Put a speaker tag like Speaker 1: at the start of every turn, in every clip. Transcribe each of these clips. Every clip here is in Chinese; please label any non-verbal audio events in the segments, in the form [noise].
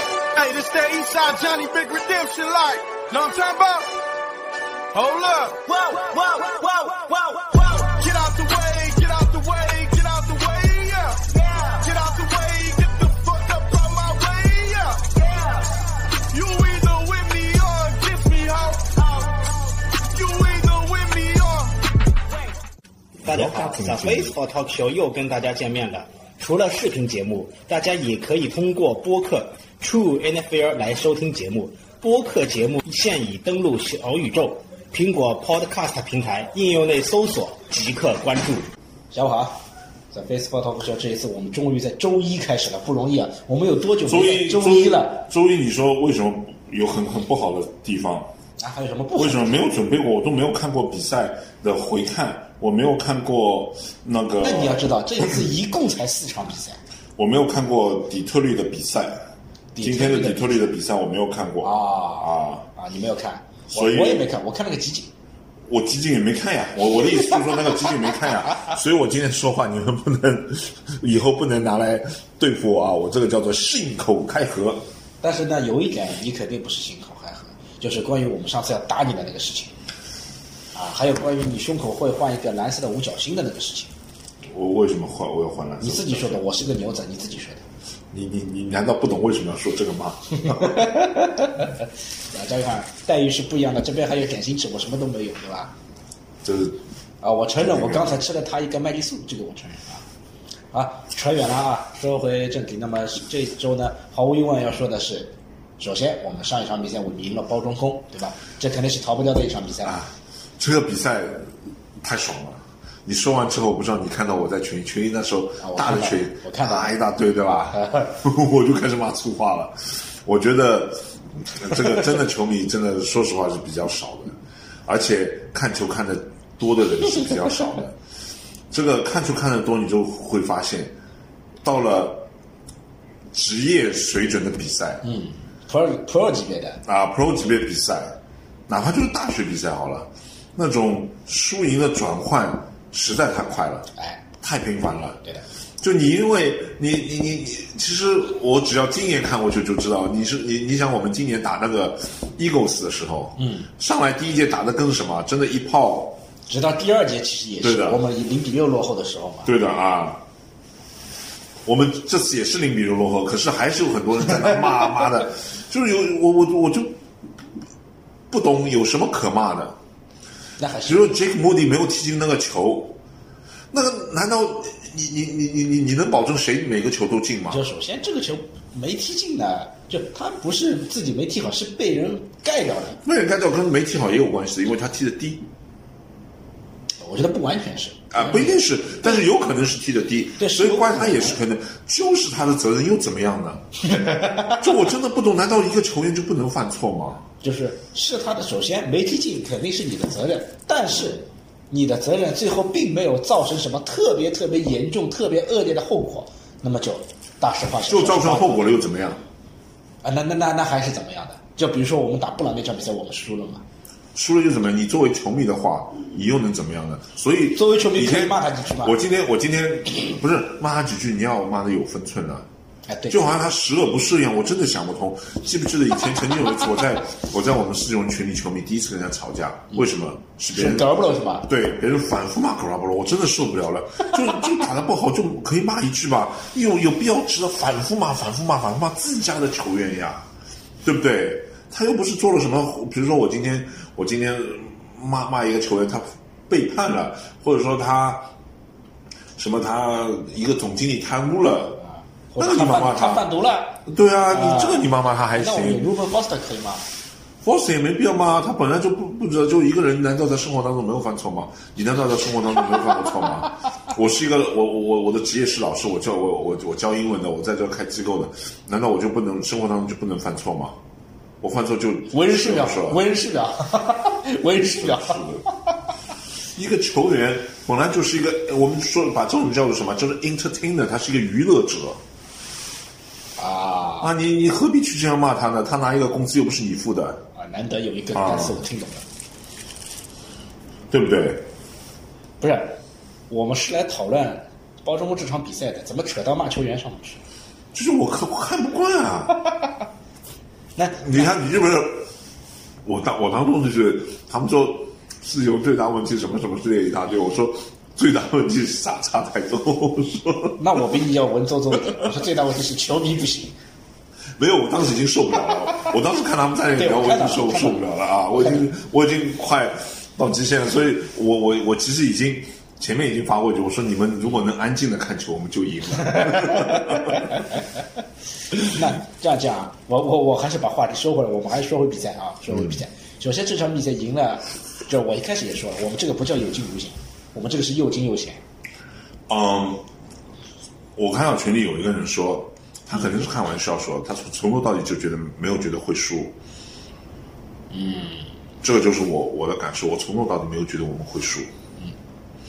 Speaker 1: It's that Eastside Johnny Big Redemption like. Know what I'm talking about? Hold up. Whoa, whoa, whoa, whoa, whoa. Get out the way, get out the way, get out the way, yeah. Yeah. Get out the way, get the fuck up out my way, yeah. Yeah. You either with me or against me, ho. You either with me or
Speaker 2: 大家好，小 Face for Talk Show 又跟大家见面了。除了视频节目，大家也可以通过播客 True NFL 来收听节目。播客节目现已登陆小宇宙、苹果 Podcast 平台应用内搜索即刻关注。下午好，小 Face for Talk Show 这一次我们终于在周一开始了，不容易啊！我们有多久
Speaker 3: 周
Speaker 2: 没
Speaker 3: 一
Speaker 2: 有周一了？
Speaker 3: 周一你说为什么有很很不好的地方？
Speaker 2: 啊？还有什么不好
Speaker 3: 为？什么没有准备过？我都没有看过比赛的回看，我没有看过那个
Speaker 2: 那，你要知道，这一次一共才四场比赛。
Speaker 3: 我没有看过底特律的比赛。
Speaker 2: 底
Speaker 3: 今
Speaker 2: 特
Speaker 3: 天
Speaker 2: 律的
Speaker 3: 的底特律的比赛我没有看过
Speaker 2: 啊
Speaker 3: 啊！
Speaker 2: 啊！你没有看，我
Speaker 3: 所以
Speaker 2: 我也没看，我看了个集锦。
Speaker 3: 我集锦也没看呀，我我的意思就是说那个集锦没看
Speaker 2: [laughs]
Speaker 3: 呀，所以我今天说话你们不能，以后不能拿来对付我啊！我这个叫做信口开河。
Speaker 2: 但是呢，有一点你肯定不是心口开河，就是关于我们上次要打你的那个事情，啊，还有关于你胸口会换一个蓝色的五角星的那个事情，
Speaker 3: 我为什么换？我要换蓝色？
Speaker 2: 你自己说的，我是个牛仔，你自己说的。
Speaker 3: 你你你难道不懂为什么要说这个吗？
Speaker 2: 啊，大家看待遇是不一样的，这边还有点心吃，我什么都没有，对吧？
Speaker 3: 就是
Speaker 2: 啊，我承认我刚才吃了他一个麦丽素，这个我承认啊。啊，扯远了啊，说回正题。那么这周呢，毫无疑问要说的是，首先我们上一场比赛我们赢了包装工，对吧？这肯定是逃不掉的一场比赛
Speaker 3: 啊，这个比赛太爽了。你说完之后，我不知道你看到我在群群里那时候
Speaker 2: 啊我看
Speaker 3: 大
Speaker 2: 到
Speaker 3: 的群，
Speaker 2: 我看到
Speaker 3: 啊一大堆，对
Speaker 2: [laughs]
Speaker 3: 吧？我就开始骂粗话了。我觉得呃这个真的球迷真的说实话是比较少的，而且看球看的多的人是比较少
Speaker 2: [laughs]
Speaker 3: 的。这个看球看的多，你就会发现，到了职业水准的比赛，嗯，
Speaker 2: ，Pro Pro 级别的，
Speaker 3: 啊，Pro 级别比赛，哪怕就是大学比赛好了，那种输赢的转换实在太快了，
Speaker 2: 哎，
Speaker 3: 太频繁了。
Speaker 2: 对的。
Speaker 3: 就你因为你你你你，其实我只要今年看过去就知道，你是你你想我们今年打那个 Eagles 的时候，嗯，上来第一节打的跟什么，真的一炮，
Speaker 2: 直到第二节其实也
Speaker 3: 对
Speaker 2: 是
Speaker 3: 的
Speaker 2: 我们以零比六落后的时候嘛。
Speaker 3: 对的啊。我们这次也是零比六落后，可是还是有很多人在那骂
Speaker 2: [laughs]
Speaker 3: 啊骂的，就是有我我我就不懂有什么可骂的。
Speaker 2: 那还
Speaker 3: 只
Speaker 2: 是
Speaker 3: 有 Jake Moody 没有踢进那个球，那个难道你你你你你你能保证谁每个球都进吗？
Speaker 2: 就首先这个球没踢进的，就他不是自己没踢好，是被人盖掉的。
Speaker 3: 那人家掉跟没踢好也有关系的，因为他踢的低
Speaker 2: 我觉得不完全是
Speaker 3: 啊，不一定是，但是有可能是踢的低，
Speaker 2: 嗯对
Speaker 3: 所以
Speaker 2: 是有
Speaker 3: 怪他也是可能，就是他的责任又怎么样
Speaker 2: [laughs]
Speaker 3: 呢？这我真的不懂，难道一个球员就不能犯错吗？
Speaker 2: 就是是他的，首先没踢进肯定是你的责任，但是你的责任最后并没有造成什么特别特别严重、特别恶劣的后果，那么就大事化小，
Speaker 3: 就造
Speaker 2: 小事
Speaker 3: 成
Speaker 2: 化
Speaker 3: 后果了又怎么样？
Speaker 2: 啊，那那那那还是怎么样的？就比如说我们打布朗那场比赛，我们输了嘛，
Speaker 3: 输了又怎么样？你作为球迷的话，你又能怎么样呢？所以
Speaker 2: 作为球迷
Speaker 3: 以前
Speaker 2: 可以骂他几句吗
Speaker 3: 我今天我今天不是骂他几句，你要骂的有分寸啊。
Speaker 2: 哎，对，
Speaker 3: 就好像他十恶不赦一样，我真的想不通。记不记得以前曾经有一次，我在 [laughs] 我在我们四种群里球迷第一次跟人家吵架，为什么？是别
Speaker 2: 嗯是
Speaker 3: 人
Speaker 2: 格布罗是吧？
Speaker 3: 对别人反复骂 g r a b o 我真的受不了了。就就打得不好，就可以骂一句吧，有有必要值得反复骂、反复骂、反复骂自家的球员呀，对不对？他又不是做了什么，比如说我今天我今天骂骂一个球员，他背叛了，或者说他什么他一个总经理贪污了。
Speaker 2: 或
Speaker 3: 那
Speaker 2: 者
Speaker 3: 个你
Speaker 2: 他
Speaker 3: 骂骂
Speaker 2: 贩他贩毒了，
Speaker 3: 对啊，
Speaker 2: 啊
Speaker 3: 你这个你骂骂他还
Speaker 2: 那我们有
Speaker 3: 行
Speaker 2: Ruben Foster 可以吗？
Speaker 3: ，Fox 也没必要骂，他本来就不不知道，就一个人难道在生活当中没有犯错吗？你难道在生活当中没有犯过错吗？我是一个我我我我的职业是老师，我教我我我教英文的，我在这儿开机构的，难道我就不能生活当中就不能犯错吗？我犯错就
Speaker 2: 为人师表
Speaker 3: 是吧，啊
Speaker 2: 为人师 [laughs] 表，为人师表。
Speaker 3: [laughs] 一个球员本来就是一个，呃我们说把这种叫做什么，就是 entertainer，他是一个娱乐者
Speaker 2: 啊
Speaker 3: 啊，你你何必去这样骂他呢？他拿一个工资又不是你付的，
Speaker 2: 啊！难得有一个
Speaker 3: 啊
Speaker 2: 单词我听懂了，
Speaker 3: 对不对？
Speaker 2: 不是，我们是来讨论包装过这场比赛的，怎么扯到骂球员上面去？
Speaker 3: 就是我看我看不惯啊。
Speaker 2: 那
Speaker 3: 你看，你日本人，我当我当中就是他们说是有最大问题什么什么之类的一大堆，我说最大问题是傻叉太多， [laughs] 我说
Speaker 2: 那我比你要文绉绉一点。我说最大问题是球迷不行， [laughs]
Speaker 3: 没有，我当时已经受不了了，我当时看他们在那里聊，
Speaker 2: 对我
Speaker 3: 我已
Speaker 2: 看到
Speaker 3: 经受
Speaker 2: 我看到
Speaker 3: 受不了了啊，我已经我已经快到极限了，所以我我我其实已经。前面已经发过去，我说你们如果能安静的看球，我们就赢了。
Speaker 2: [laughs] 那这样讲，我我我还是把话题收回来，我们还是说回比赛
Speaker 3: 嗯
Speaker 2: 啊，说回比赛。首先这场比赛赢了，就我一开始也说了，我们这个不叫有惊无险，我们这个是又惊又险。
Speaker 3: 嗯，我看到群里有一个人说，他肯定是开玩笑说，他从从头到底就觉得没有觉得会输。嗯，
Speaker 2: 嗯
Speaker 3: 这个就是我我的感受，我从头到底没有觉得我们会输。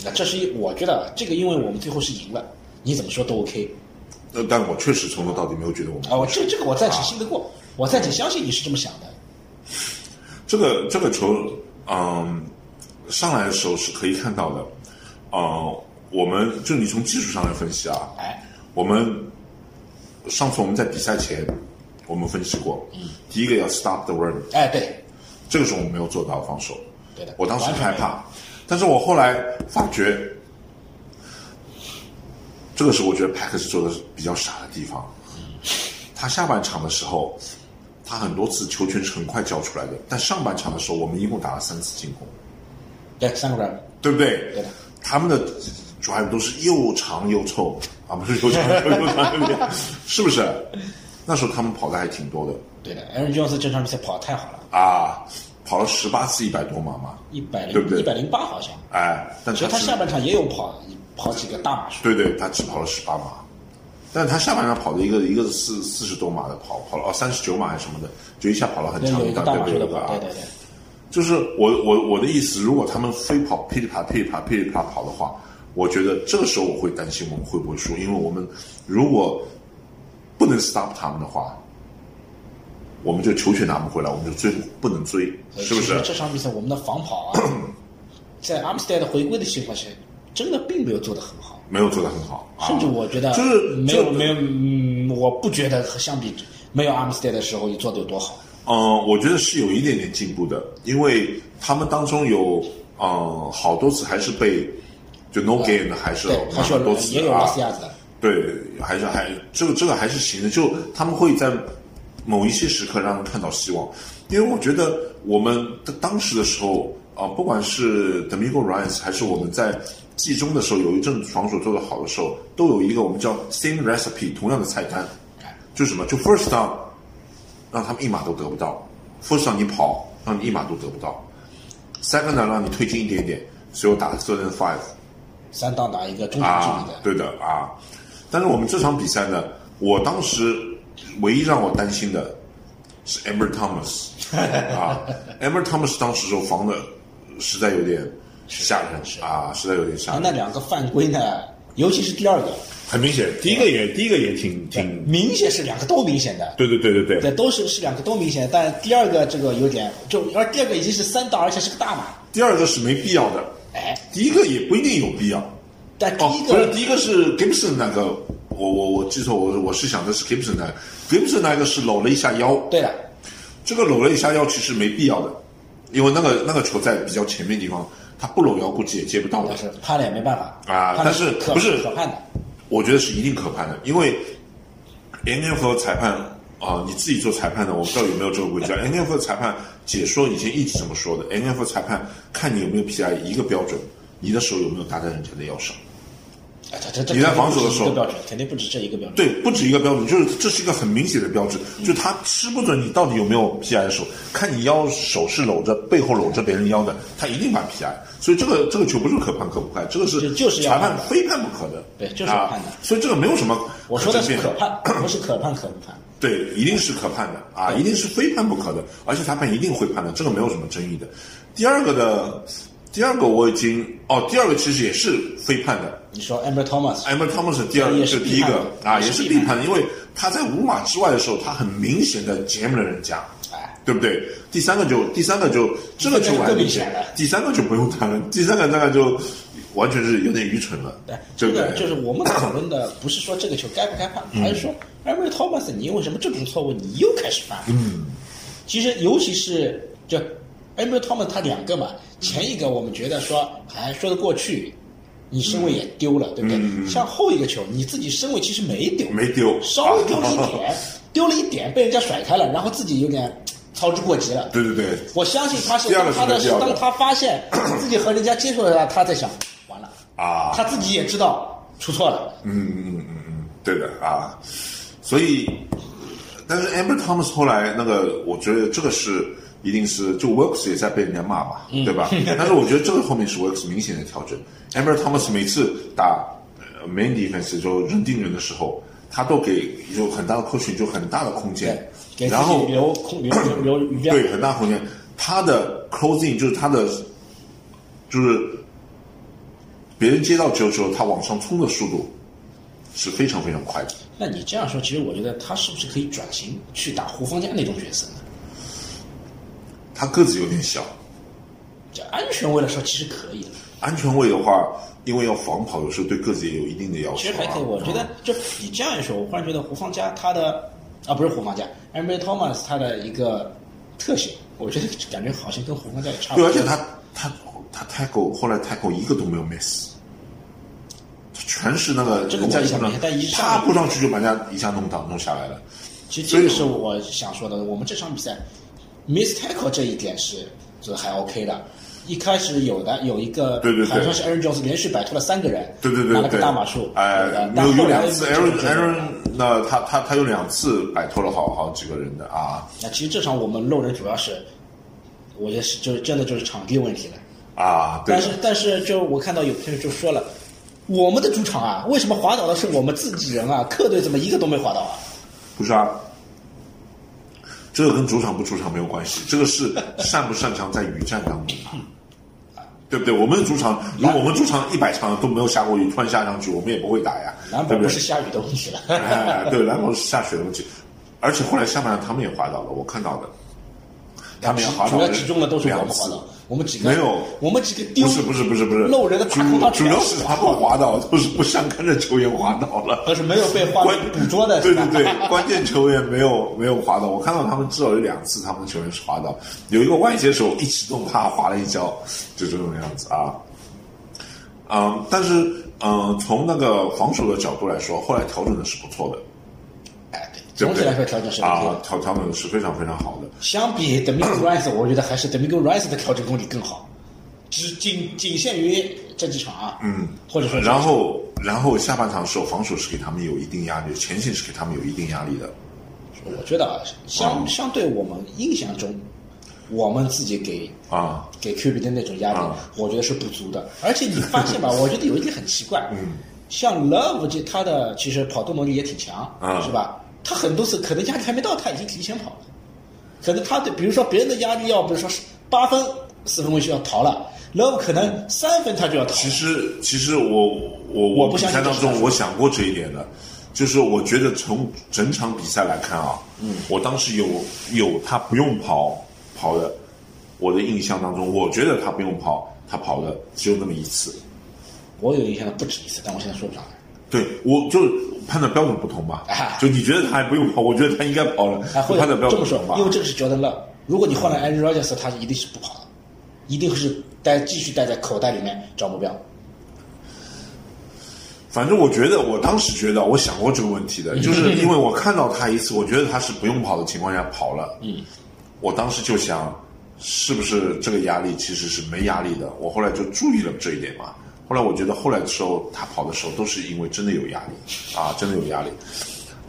Speaker 2: 那这是一我觉得这个，因为我们最后是赢了，你怎么说都 OK
Speaker 3: 呃，但我确实从头到底没有觉得我们
Speaker 2: 啊。我
Speaker 3: 会输。
Speaker 2: 这这个我暂且信得过，我暂且相信你是这么想的。
Speaker 3: 这个这个球，嗯，上来的时候是可以看到的。呃，我们就你从技术上来分析啊，
Speaker 2: 哎，
Speaker 3: 我们上次我们在比赛前我们分析过，第一个要 stop the run，
Speaker 2: 哎，对，
Speaker 3: 这个是我们没有做到的防守。
Speaker 2: 对的。
Speaker 3: 我当时
Speaker 2: 完全
Speaker 3: 害怕，但是我后来发觉，这个是我觉得派克斯做的比较傻的地方。他下半场的时候，他很多次球权是很快交出来的，但上半场的时候，我们一共打了三次进攻，
Speaker 2: 对三个人，
Speaker 3: 对不对？
Speaker 2: 对的
Speaker 3: 他们的 drive 都是又长又臭啊，不是又长又臭又长又臭，是不是？那时候他们跑的还挺多的
Speaker 2: 对的。艾伦·琼斯这场比赛跑得太好了，
Speaker 3: 啊，跑了十八次一百多码嘛，
Speaker 2: 一百
Speaker 3: 对不
Speaker 2: 零
Speaker 3: 对
Speaker 2: 一百零八好像。
Speaker 3: 哎，但
Speaker 2: 其实他
Speaker 3: 只
Speaker 2: 下半场也有跑跑几个大码数，
Speaker 3: 对对，他只跑了十八码，但是他下半场跑的一个一个是四四十多码的跑跑了哦三十九码还是什么的，就一下跑了很
Speaker 2: 对，
Speaker 3: 长
Speaker 2: 有
Speaker 3: 一
Speaker 2: 一个
Speaker 3: 段，
Speaker 2: 大
Speaker 3: 对
Speaker 2: 码
Speaker 3: 不
Speaker 2: 数
Speaker 3: 对？
Speaker 2: 的
Speaker 3: 对吧
Speaker 2: 跑，对对对。
Speaker 3: 啊就是我我我的意思，如果他们非跑噼里啪噼里啪噼里啪跑的话，我觉得这个时候我会担心我们会不会输，因为我们如果不能 stop 他们的话，我们就球权拿不回来，我们就追不能追，是不是
Speaker 2: 呃其实？这场比赛我们的防跑啊，在阿姆斯特丹回归的情况下，真的并没有做得很好，
Speaker 3: 没有做得很好，啊
Speaker 2: 甚至我觉得
Speaker 3: 就是
Speaker 2: 没有
Speaker 3: 就
Speaker 2: 没有，嗯我不觉得和相比没有阿姆斯特丹的时候你做得有多好。
Speaker 3: 嗯，我觉得是有一点点进步的，因为他们当中有嗯好多次还是被就 no gain 的，还是
Speaker 2: 对，还是
Speaker 3: 蛮多
Speaker 2: 有
Speaker 3: 次
Speaker 2: 也有
Speaker 3: 的
Speaker 2: 拉
Speaker 3: 啊
Speaker 2: 斯，亚子的，
Speaker 3: 对，还是还这个这个还是行的，就他们会在某一些时刻让人看到希望，因为我觉得我们的当时的时候啊、不管是 Domingo Ryan 还是我们在季中的时候有一阵子防守做得好的时候，都有一个我们叫 same recipe 同样的菜单，就是什么，就 first down 让他们一码都得不到，first down 你跑让你一码都得不到，second down 让你推进一点点，所以我打 third and five。
Speaker 2: 三档打一个中场距
Speaker 3: 啊
Speaker 2: 离的，，
Speaker 3: 对的啊。但是我们这场比赛呢，我当时唯一让我担心的是 Amber
Speaker 2: [laughs]
Speaker 3: Thomas 啊，Amber Thomas 当时时候防的实在有点吓人啊，实在有点吓
Speaker 2: 啊
Speaker 3: 人。
Speaker 2: 那两个犯规呢，尤其是第二个，
Speaker 3: 很明显，第一个也第一个也挺
Speaker 2: 对
Speaker 3: 挺，
Speaker 2: 明显是两个都明显的，
Speaker 3: 对对对对对
Speaker 2: 对，都是是两个都明显，但第二个这个有点，就而第二个已经是三档，而且是个大码，
Speaker 3: 第二个是没必要的，
Speaker 2: 哎，
Speaker 3: 第一个也不一定有必要。
Speaker 2: 但第
Speaker 3: 哦
Speaker 2: 一，
Speaker 3: 不
Speaker 2: 个
Speaker 3: 是，第一个是 Gibson 那个，我我我记错，我我是想的是 Gibson 那个，Gibson 那个是搂了一下腰，
Speaker 2: 对的，
Speaker 3: 这个搂了一下腰其实没必要的，因为那个那个球在比较前面地方，他不搂腰估计也接不到的
Speaker 2: 但。是判了也没办法
Speaker 3: 啊
Speaker 2: 判了
Speaker 3: 但是
Speaker 2: 可
Speaker 3: 不是
Speaker 2: 可判的？
Speaker 3: 我觉得是一定可判的，因为 N F 裁判啊、你自己做裁判的，我不知道有没有这个规矩。N F 裁判解说以前一直这么说的，N F 裁判看你有没有 P I 一个标准，你的手有没有搭在人家的腰上。
Speaker 2: 啊这这这
Speaker 3: 你在防守的时候
Speaker 2: 肯定不止一个标准肯定不止
Speaker 3: 对，不止
Speaker 2: 这一个标准。
Speaker 3: 一个标准，就是这是一个很明显的标志，就他吃不准你到底有没有 PI 的手，看你腰手是搂着背后搂着别人腰的，他一定判 PI。所以这个这个球不是可判可不判，这个是
Speaker 2: 就就是要
Speaker 3: 裁判
Speaker 2: 判的
Speaker 3: 非判不可的，
Speaker 2: 对就是要
Speaker 3: 啊
Speaker 2: 判的
Speaker 3: 所以这个没有什么
Speaker 2: 我说的
Speaker 3: 争
Speaker 2: 是
Speaker 3: 辩
Speaker 2: 可判，不是可判可不判。
Speaker 3: 对，一定是可判的啊，一定是非判不可的，而且裁判一定会判的，这个没有什么争议的。第二个的，第二个我已经哦，第二个其实也是非判的，
Speaker 2: 你说 Amber Thomas，
Speaker 3: 艾默·汤姆森第二
Speaker 2: 也
Speaker 3: 是
Speaker 2: 是
Speaker 3: 第一个
Speaker 2: 必判的
Speaker 3: 啊，
Speaker 2: 也
Speaker 3: 也
Speaker 2: 是
Speaker 3: 是
Speaker 2: 必
Speaker 3: 必
Speaker 2: 判
Speaker 3: 判，因为他在五码之外的时候，他很明显的截了人家，
Speaker 2: 哎，
Speaker 3: 对不对？第三个就第三个就这个
Speaker 2: 这
Speaker 3: 球
Speaker 2: 个
Speaker 3: 还
Speaker 2: 更
Speaker 3: 明
Speaker 2: 明显了
Speaker 3: 第三个就不用谈了，第三个大概就完全是有点愚蠢了，
Speaker 2: 对，
Speaker 3: 对
Speaker 2: 这
Speaker 3: 不
Speaker 2: 个
Speaker 3: 对？
Speaker 2: 就是我们讨论的，不是说这个球该不该判，
Speaker 3: 嗯
Speaker 2: 而是说 e m e r y Thomas，你因为什么这种错误，你又开始犯？嗯，其实尤其是就 e m e r y Thomas 他两个嘛，前一个我们觉得说还说得过去，你身位也丢了，对不对？像后一个球，你自己身位其实没丢，
Speaker 3: 嗯没丢
Speaker 2: 稍微丢了一
Speaker 3: [laughs]
Speaker 2: 点，丢了一点被人家甩开了，然后自己有点操之过急了，
Speaker 3: 对对对，
Speaker 2: 我相信他是
Speaker 3: 第二个
Speaker 2: 他
Speaker 3: 是
Speaker 2: 的
Speaker 3: 这
Speaker 2: 是
Speaker 3: 样的
Speaker 2: 当他发现自己和人家接触了，他在想完了
Speaker 3: 啊
Speaker 2: 他自己也知道出错了，
Speaker 3: 对的啊，所以，但是 Amber Thomas 后来那个，我觉得这个是一定是就 Works 也在被人家骂嘛，
Speaker 2: 嗯
Speaker 3: 对
Speaker 2: [laughs]
Speaker 3: 吧？但是我觉得这个后面是 Works 明显的调整。Amber Thomas 每次打呃 main defense 就人盯人的时候，他都给有很大的 cushion，就很大的空间
Speaker 2: 对，，给自
Speaker 3: 然后
Speaker 2: 己留空留留留余量。
Speaker 3: 对，很大空间。他的 closing 就是他的，就是别人接到球之后，他往上冲的速度是非常非常快的。
Speaker 2: 那你这样说，其实我觉得他是不是可以转型去打胡方家那种角色呢？
Speaker 3: 他个子有点小，
Speaker 2: 这安全位来说其实可以了，
Speaker 3: 安全位的话，因为要防跑，有时候对个子也有一定的要
Speaker 2: 其
Speaker 3: 求、
Speaker 2: 实
Speaker 3: 啊。
Speaker 2: 还可以。我觉得就你这样一说，我忽然觉得胡方家他的啊不是胡方家 a m b r Thomas 他的一个特性，我觉得感觉好像跟胡方家也差不
Speaker 3: 对，
Speaker 2: 多。
Speaker 3: 而且他他他 tackle 后来 tackle 一个都没有 miss，他全是那个
Speaker 2: 这个
Speaker 3: 人家
Speaker 2: 我
Speaker 3: 一
Speaker 2: 想
Speaker 3: 上
Speaker 2: 明白但一，上
Speaker 3: 他扑上去就把人家一下弄倒弄下来了。
Speaker 2: 其实这个是我想说的。我们这场比赛，miss tackle 这一点是这还 OK 的。一开始有的有一个，
Speaker 3: 对对对
Speaker 2: 好像是 Aaron Jones 连续摆脱了三个人，
Speaker 3: 对对对对，
Speaker 2: 拿了个大马术，
Speaker 3: 哎
Speaker 2: 对的，但
Speaker 3: 有有
Speaker 2: 后来
Speaker 3: 两次
Speaker 2: 就是
Speaker 3: Aaron
Speaker 2: 这样
Speaker 3: Aaron，那他他他有两次摆脱了好好几个人的啊
Speaker 2: 那其实这场我们漏人主要是，我觉得是就是真的就是场地问题了。
Speaker 3: 啊，对的
Speaker 2: 但是但是就我看到有朋友就说了，我们的主场啊，为什么滑倒的是我们自己人啊？客队怎么一个都没滑倒啊？
Speaker 3: 不是啊，这个跟主场不主场没有关系，这个是擅不擅长在雨战当中打，对不对？我们主场，如果我们主场一百场都没有下过雨，突然下上去，我们也不会打呀，
Speaker 2: 篮
Speaker 3: 对
Speaker 2: 板
Speaker 3: 不
Speaker 2: 不
Speaker 3: 对
Speaker 2: 是？下雨的问题了。
Speaker 3: 哎，对，篮网是下雪的问题，而且后来下半场他们也滑倒了，我看到的，他们也滑倒
Speaker 2: 主
Speaker 3: 了
Speaker 2: 要
Speaker 3: 两次，
Speaker 2: 集中的都是我们滑倒，我们几个
Speaker 3: 没有
Speaker 2: 我们几个丢
Speaker 3: 不是不是不是不是
Speaker 2: 漏人的
Speaker 3: 主
Speaker 2: 大空档
Speaker 3: 主要是他们滑倒都是不相干的球员滑倒了。
Speaker 2: 而是没有被换
Speaker 3: 关
Speaker 2: 捕捉的
Speaker 3: 对
Speaker 2: 是吧，
Speaker 3: 对对，关键球员没有没有滑倒，我看到他们至少有两次，他们球员是滑倒，有一个外接手一启动啪滑了一跤，就这种样子啊。嗯，但是嗯、从那个防守的角度来说，后来调整的是不错的，
Speaker 2: 哎，对，
Speaker 3: 对
Speaker 2: 总
Speaker 3: 不
Speaker 2: 体
Speaker 3: 对
Speaker 2: 来说调整是 OK
Speaker 3: 啊
Speaker 2: 的。，
Speaker 3: 调调整是非常非常好的。
Speaker 2: 相比 Domingo Rice，我觉得还是 Domingo Rice 的调整功力更好，只仅仅限于这几场啊，嗯，或者说
Speaker 3: 然后，然后下半场的时候，防守是给他们有一定压力，前线是给他们有一定压力的。
Speaker 2: 我觉得啊，相
Speaker 3: 嗯
Speaker 2: 相对我们印象中，我们自己给
Speaker 3: 啊，
Speaker 2: 给 Q B 的那种压力
Speaker 3: 啊，
Speaker 2: 我觉得是不足的。而且你发 [laughs] 现吧，我觉得有一点很奇怪，嗯，像 Love 这他的其实跑动能力也挺强，
Speaker 3: 啊
Speaker 2: 是吧？他很多次可能压力还没到，他已经提前跑了。可能他对，比如说别人的压力要，比如说是八分四分位就要逃了，Love 可能三分他就要逃
Speaker 3: 其
Speaker 2: 了。
Speaker 3: 实，其实我我
Speaker 2: 我不
Speaker 3: 比
Speaker 2: 相信
Speaker 3: 赛当
Speaker 2: 这是他
Speaker 3: 中，我想过这一点的，就是我觉得从整场比赛来看啊，嗯，我当时有有他不用跑跑的，我的印象当中，我觉得他不用跑，他跑的只有那么一次。
Speaker 2: 我有印象的不止一次，但我现在说不上来。
Speaker 3: 对我就是判断标准不同嘛
Speaker 2: 啊，
Speaker 3: 就你觉得他还不用跑，我觉得他应该跑了，
Speaker 2: 啊，或
Speaker 3: 判断标
Speaker 2: 者
Speaker 3: 准
Speaker 2: 这么
Speaker 3: 不
Speaker 2: 说
Speaker 3: 同嘛，。
Speaker 2: 因为这个是 Jordan Love，如果你换了 Aaron Rodgers，他一定是不跑的，一定是待继续待在口袋里面找目标。
Speaker 3: 反正我觉得，我当时觉得，我想过这个问题
Speaker 2: 嗯
Speaker 3: 的，
Speaker 2: [laughs]
Speaker 3: 就是因为我看到他一次，我觉得他是不用跑的情况下跑了。嗯，我当时就想，是不是这个压力其实是没压力的？我后来就注意了这一点嘛。后来我觉得，后来的时候他跑的时候，都是因为真的有压力啊，真的有压力。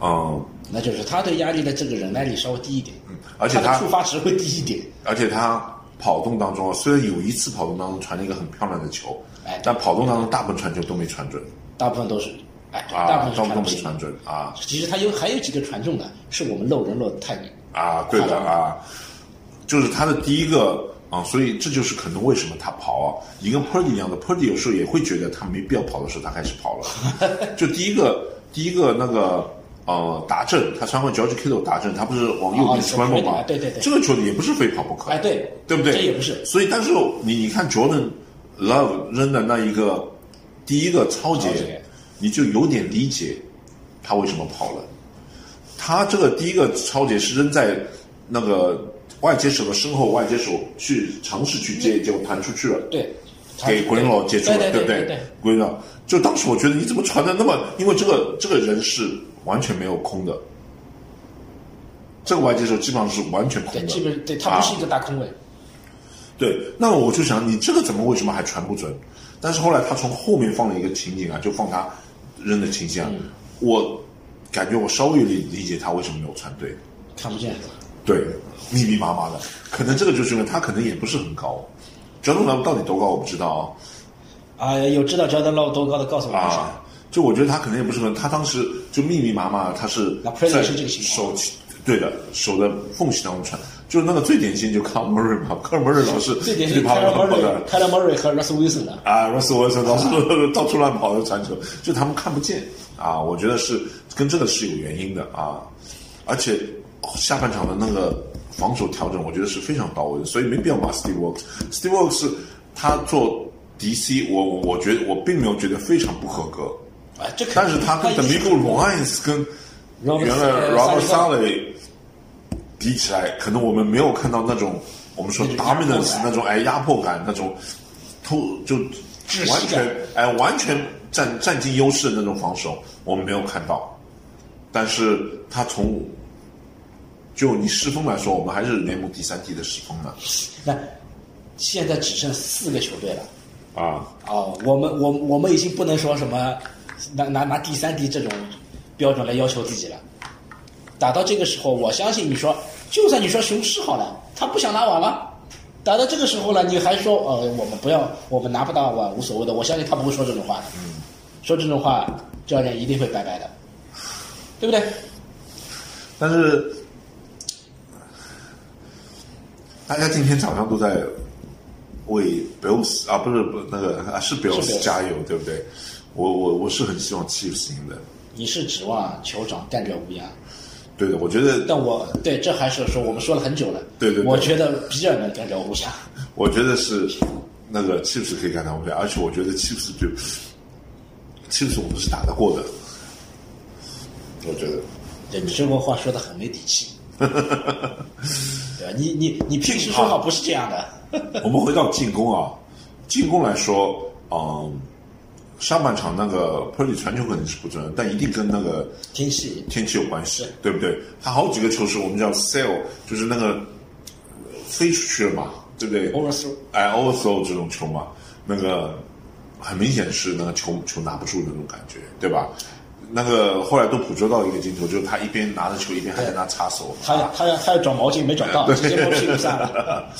Speaker 3: 嗯，
Speaker 2: 那就是他对压力的这个忍耐力稍微低一点，
Speaker 3: 而且他
Speaker 2: 他的触发值会低一点。
Speaker 3: 而且他跑动当中，虽然有一次跑动当中传了一个很漂亮的球
Speaker 2: 哎，
Speaker 3: 但跑动当中大部分传球都没传准
Speaker 2: 大部分都是，哎，对大
Speaker 3: 啊都
Speaker 2: 部，分是
Speaker 3: 都
Speaker 2: 传
Speaker 3: 没
Speaker 2: 中
Speaker 3: 传准啊。
Speaker 2: 其实他有还有几个传中的，是我们漏人漏的太厉
Speaker 3: 啊，对
Speaker 2: 夸
Speaker 3: 的
Speaker 2: 张
Speaker 3: 啊，就是他的第一个啊，所以这就是可能为什么他跑啊，你跟 Purdy 一样的，Purdy 有时候也会觉得他没必要跑的时候，他开始跑
Speaker 2: [laughs]
Speaker 3: 了。就第一个第一个那个呃达阵，他穿过 George Kittle 达阵，他不是往右
Speaker 2: 哦
Speaker 3: 边
Speaker 2: 你
Speaker 3: s
Speaker 2: 说
Speaker 3: c r a m b
Speaker 2: Purdy，哎
Speaker 3: 吗？
Speaker 2: 对对对
Speaker 3: 这个球也不是非跑不可。
Speaker 2: 哎对
Speaker 3: 对不对？
Speaker 2: 这也不是
Speaker 3: 所以，但是你你看 Jordan Love 扔的那一个第一个超
Speaker 2: 超节
Speaker 3: 节，你就有点理解他为什么跑了。他这个第一个超节是扔在那个外接手的身后，外接手去尝试去
Speaker 2: 嗯
Speaker 3: 接，结果弹出去了。
Speaker 2: 对，
Speaker 3: 给 Greenlaw 接触了，
Speaker 2: 对
Speaker 3: 不
Speaker 2: 对
Speaker 3: 对？Greenlaw 就当时我觉得你怎么传的那么，因为这个这个人是完全没有空的，这个外接手基本上是完全空
Speaker 2: 对，
Speaker 3: 的，啊
Speaker 2: 基本对他不是一个大空位，
Speaker 3: 对，那我就想，你这个怎么为什么还传不准？但是后来他从后面放了一个情景啊，就放他扔的情形啊，
Speaker 2: 嗯
Speaker 3: 我感觉我稍微理理解他为什么没有传对，
Speaker 2: 看不见。
Speaker 3: 对，密密麻麻的，可能这个就是因为他可能也不是很高，角度呢到底多高我不知道啊，
Speaker 2: 啊，有知道 Jordan Love 多高的，告诉我一下。
Speaker 3: 啊，就我觉得他可能也不是很，他当时就密密麻麻，他是
Speaker 2: 那 Presley
Speaker 3: 在
Speaker 2: 是这个情况
Speaker 3: 手对的手的缝隙当中传，就是那个最典型就 c a r m u r r y 嘛 c a r m u r r y 老师
Speaker 2: 这点
Speaker 3: 最
Speaker 2: 是
Speaker 3: 怕
Speaker 2: k y l
Speaker 3: 跑
Speaker 2: m u
Speaker 3: 跑
Speaker 2: r
Speaker 3: 的
Speaker 2: r y k y l m u r r y 和 Russell Wilson 的。
Speaker 3: 啊 r u s s e l Wilson 老师到处 [laughs] 乱跑的传球，就他们看不见啊，我觉得是跟这个是有原因的啊，而且哦下半场的那个防守调整，我觉得是非常到位的，所以没必要骂 Steve Works。Steve Works 他做 DC，我我我觉得我并没有觉得非常不合格。
Speaker 2: 啊，这
Speaker 3: 但是他跟
Speaker 2: 等
Speaker 3: Damico r o n s 跟原来
Speaker 2: 呃
Speaker 3: Robert s a l y 比起来，可能我们没有看到那种我们说
Speaker 2: 那种压迫感
Speaker 3: dominance 那种哎压迫感那种偷就
Speaker 2: 窒息感
Speaker 3: 完全哎完全占占尽优势的那种防守，我们没有看到。但是他从就你失分来说，我们还是联盟第三低的失分了
Speaker 2: 那现在只剩四个球队了。
Speaker 3: 啊。
Speaker 2: 哦，我们我我们已经不能说什么拿拿拿第三低这种标准来要求自己了。打到这个时候，我相信你说，就算你说雄狮好了，他不想拿碗了。打到这个时候了，你还说呃，我们不要，我们拿不到碗无所谓的。我相信他不会说这种话的。
Speaker 3: 嗯
Speaker 2: 说这种话，教练一定会拜拜的，对不对？
Speaker 3: 但是大家今天早上都在为 Bills 啊，不是不那个啊是 Bills
Speaker 2: Bills
Speaker 3: 加油，对不对？我我我是很希望 Chiefs 赢的，
Speaker 2: 你是指望酋长战略无恙，
Speaker 3: 对的，我觉得
Speaker 2: 但我对这还是说我们说了很久了。
Speaker 3: 对对对
Speaker 2: 我觉得比尔能战略无恙。
Speaker 3: 我觉得是那个 Chiefs 可以干到我们俩，而且我觉得 Chiefs 就 Chiefs 我们是打得过的，我觉
Speaker 2: [laughs]
Speaker 3: 得。
Speaker 2: 对你这个话说的很没底
Speaker 3: [laughs]
Speaker 2: 气，对吧？你你你平时说话不是这样的，
Speaker 3: 我们回到进攻啊，进攻来说，嗯，上半场那个 Purdy 传球肯定是不准的，但一定跟那个
Speaker 2: 天气
Speaker 3: 天气有关系，对不对？他好几个球是我们叫 sail，就是那个呃飞出去了嘛，对不对
Speaker 2: overthrow
Speaker 3: 哎 overthrow 这种球嘛，那个很明显是那个球球拿不住的那种感觉，对吧？那个后来都捕捉到一个镜头，就是他一边拿着球一边还在那插手，
Speaker 2: 他要他要他要找毛巾没找到，直接摸屁股上了。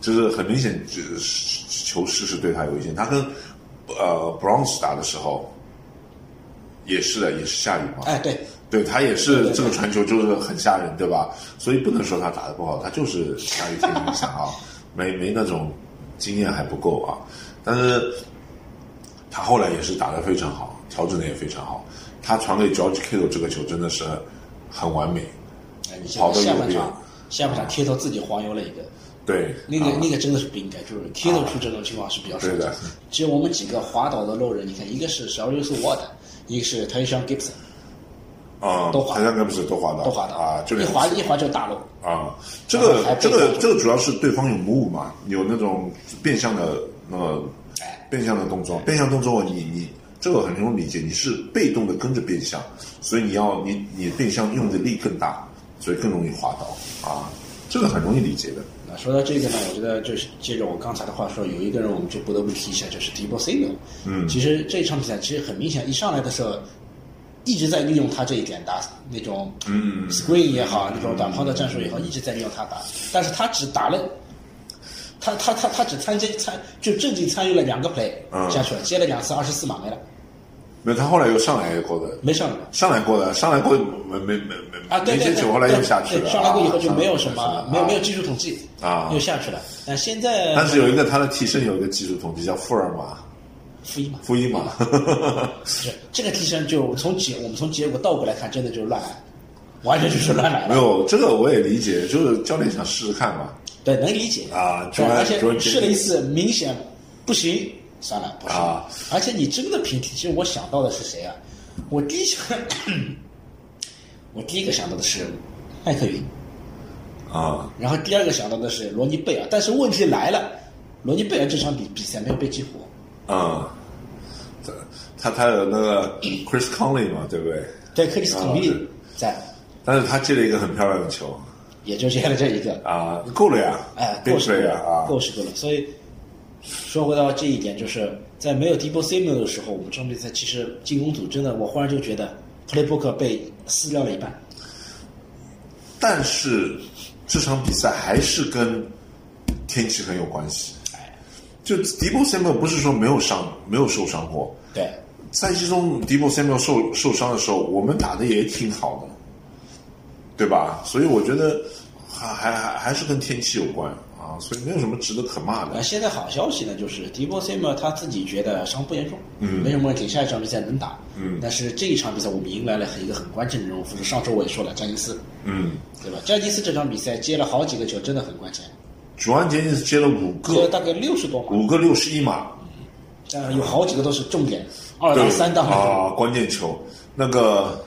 Speaker 3: 就是很明显，就是球势是对他有意见。他跟呃 Bronze 打的时候也是的，也是下雨嘛。
Speaker 2: 哎，对，
Speaker 3: 对他也是
Speaker 2: 对
Speaker 3: 这个传球就是很吓人，对吧？所以不能说他打得不好，他就是下雨天影响啊， [laughs] 没没那种经验还不够啊。但是他后来也是打得非常好，调整的也非常好。他传给 George Kittle 这个球真的是很完美，
Speaker 2: 哎你现
Speaker 3: 跑
Speaker 2: 在
Speaker 3: 得
Speaker 2: 下
Speaker 3: 有
Speaker 2: 半
Speaker 3: 病
Speaker 2: 场下半场贴头自己黄油了一个，
Speaker 3: 对，
Speaker 2: 那个
Speaker 3: 啊
Speaker 2: 那个真的是不应该，就是贴头出这种情况是比较少
Speaker 3: 对的
Speaker 2: 只有我们几个滑倒的漏人，你看一个是 s h a r i u s Ward，一个是 t a y s h a n Gibson，
Speaker 3: 嗯，
Speaker 2: 都滑
Speaker 3: 台上哥不是都滑倒，
Speaker 2: 都滑倒
Speaker 3: 啊，就
Speaker 2: 一
Speaker 3: 两
Speaker 2: 滑一滑就大漏。
Speaker 3: 啊，这
Speaker 2: 然
Speaker 3: 个
Speaker 2: 后还
Speaker 3: 这
Speaker 2: 被
Speaker 3: 个
Speaker 2: 打
Speaker 3: 这个主要是对方有 move 嘛，有那种变相的那个
Speaker 2: 哎
Speaker 3: 变相的动作，变相动作你你这个很容易理解，你是被动的跟着变相，所以你要你你变相用的力更大，所以更容易滑倒啊，这个很容易理解的。
Speaker 2: 那说到这个呢，我觉得就是接着我刚才的话说，有一个人我们就不得不提一下，就是 d e b o s i g 嗯，其实这一场比赛其实很明显，一上来的时候一直在利用他这一点打那种嗯 screen 也好，那种短抛的战术也好，一直在利用他打，但是他只打了。他他他他只参加参就正经参与了两个 play
Speaker 3: 嗯
Speaker 2: 下去了，接了两次二十四码没了，
Speaker 3: 那他后来又上来过的，
Speaker 2: 没上了。
Speaker 3: 上来过的，上来过没没没没
Speaker 2: 啊，对
Speaker 3: 没
Speaker 2: 对
Speaker 3: 接
Speaker 2: 对，
Speaker 3: 球，后来又下去
Speaker 2: 对
Speaker 3: 了。
Speaker 2: 上来过以后就
Speaker 3: 啊
Speaker 2: 没有什么，没有没
Speaker 3: 上来过
Speaker 2: 有。技术统计
Speaker 3: 啊
Speaker 2: 又下去了。但现在
Speaker 3: 但是有一个他的替身有一个技术统计叫富尔马
Speaker 2: 负一码，
Speaker 3: 负一马，
Speaker 2: 是这个替身就从结我们从结果倒过来看，真的就是乱来，完全就是乱来
Speaker 3: 没
Speaker 2: 了。
Speaker 3: 有，这个我也理解，就是教练想试试看嘛。
Speaker 2: 对，能理解
Speaker 3: 啊
Speaker 2: 对
Speaker 3: 就按
Speaker 2: 而且
Speaker 3: 就按
Speaker 2: 试了一次，明显不行，算了，不是。
Speaker 3: 啊
Speaker 2: 而且你真的平替，其实我想到的是谁啊？我第一想，我第一个想到的是麦克云，
Speaker 3: 啊，
Speaker 2: 然后第二个想到的是罗尼贝尔。但是问题来了，罗尼贝尔这场比比赛没有被激活，
Speaker 3: 嗯，他他他有那个 Chris Conley 嘛，对不对？
Speaker 2: 对克里斯孔利
Speaker 3: 啊
Speaker 2: 在，
Speaker 3: 但是他接了一个很漂亮的球
Speaker 2: 也就这样的这一个，
Speaker 3: 啊，够了呀，
Speaker 2: 哎，
Speaker 3: 够
Speaker 2: 够是
Speaker 3: 了
Speaker 2: 够
Speaker 3: 呀啊
Speaker 2: 了，，够是够了。所以说回到这一点，就是在没有 d e b o s i m o 的时候，我们这场比赛其实进攻组真的，我忽然就觉得 Playbook 被撕掉了一半。
Speaker 3: 但是这场比赛还是跟天气很有关系。
Speaker 2: 哎
Speaker 3: 就迪波塞缪不是说没有伤，没有受伤过。
Speaker 2: 对，
Speaker 3: 赛季中迪波塞缪受受伤的时候，我们打的也挺好的，对吧？所以我觉得还还还还是跟天气有关啊，所以没有什么值得可骂
Speaker 2: 呃，
Speaker 3: 的。
Speaker 2: 现在好消息呢，就是迪波塞莫他自己觉得伤不严重，嗯，没什么问题，下一场比赛能打，嗯，但是这一场比赛我们迎来了一个很关键的人物，就是上周我也说了，詹尼斯，
Speaker 3: 嗯，
Speaker 2: 对吧？詹尼斯这场比赛接了好几个球，真的很关键，
Speaker 3: 主安杰尼斯接了五
Speaker 2: 接了
Speaker 3: 个，
Speaker 2: 大概六十多码，
Speaker 3: 五个六十一码，
Speaker 2: 但是有好几个都是重点，二
Speaker 3: 对
Speaker 2: 档、三档那种，
Speaker 3: 啊，关键球，那个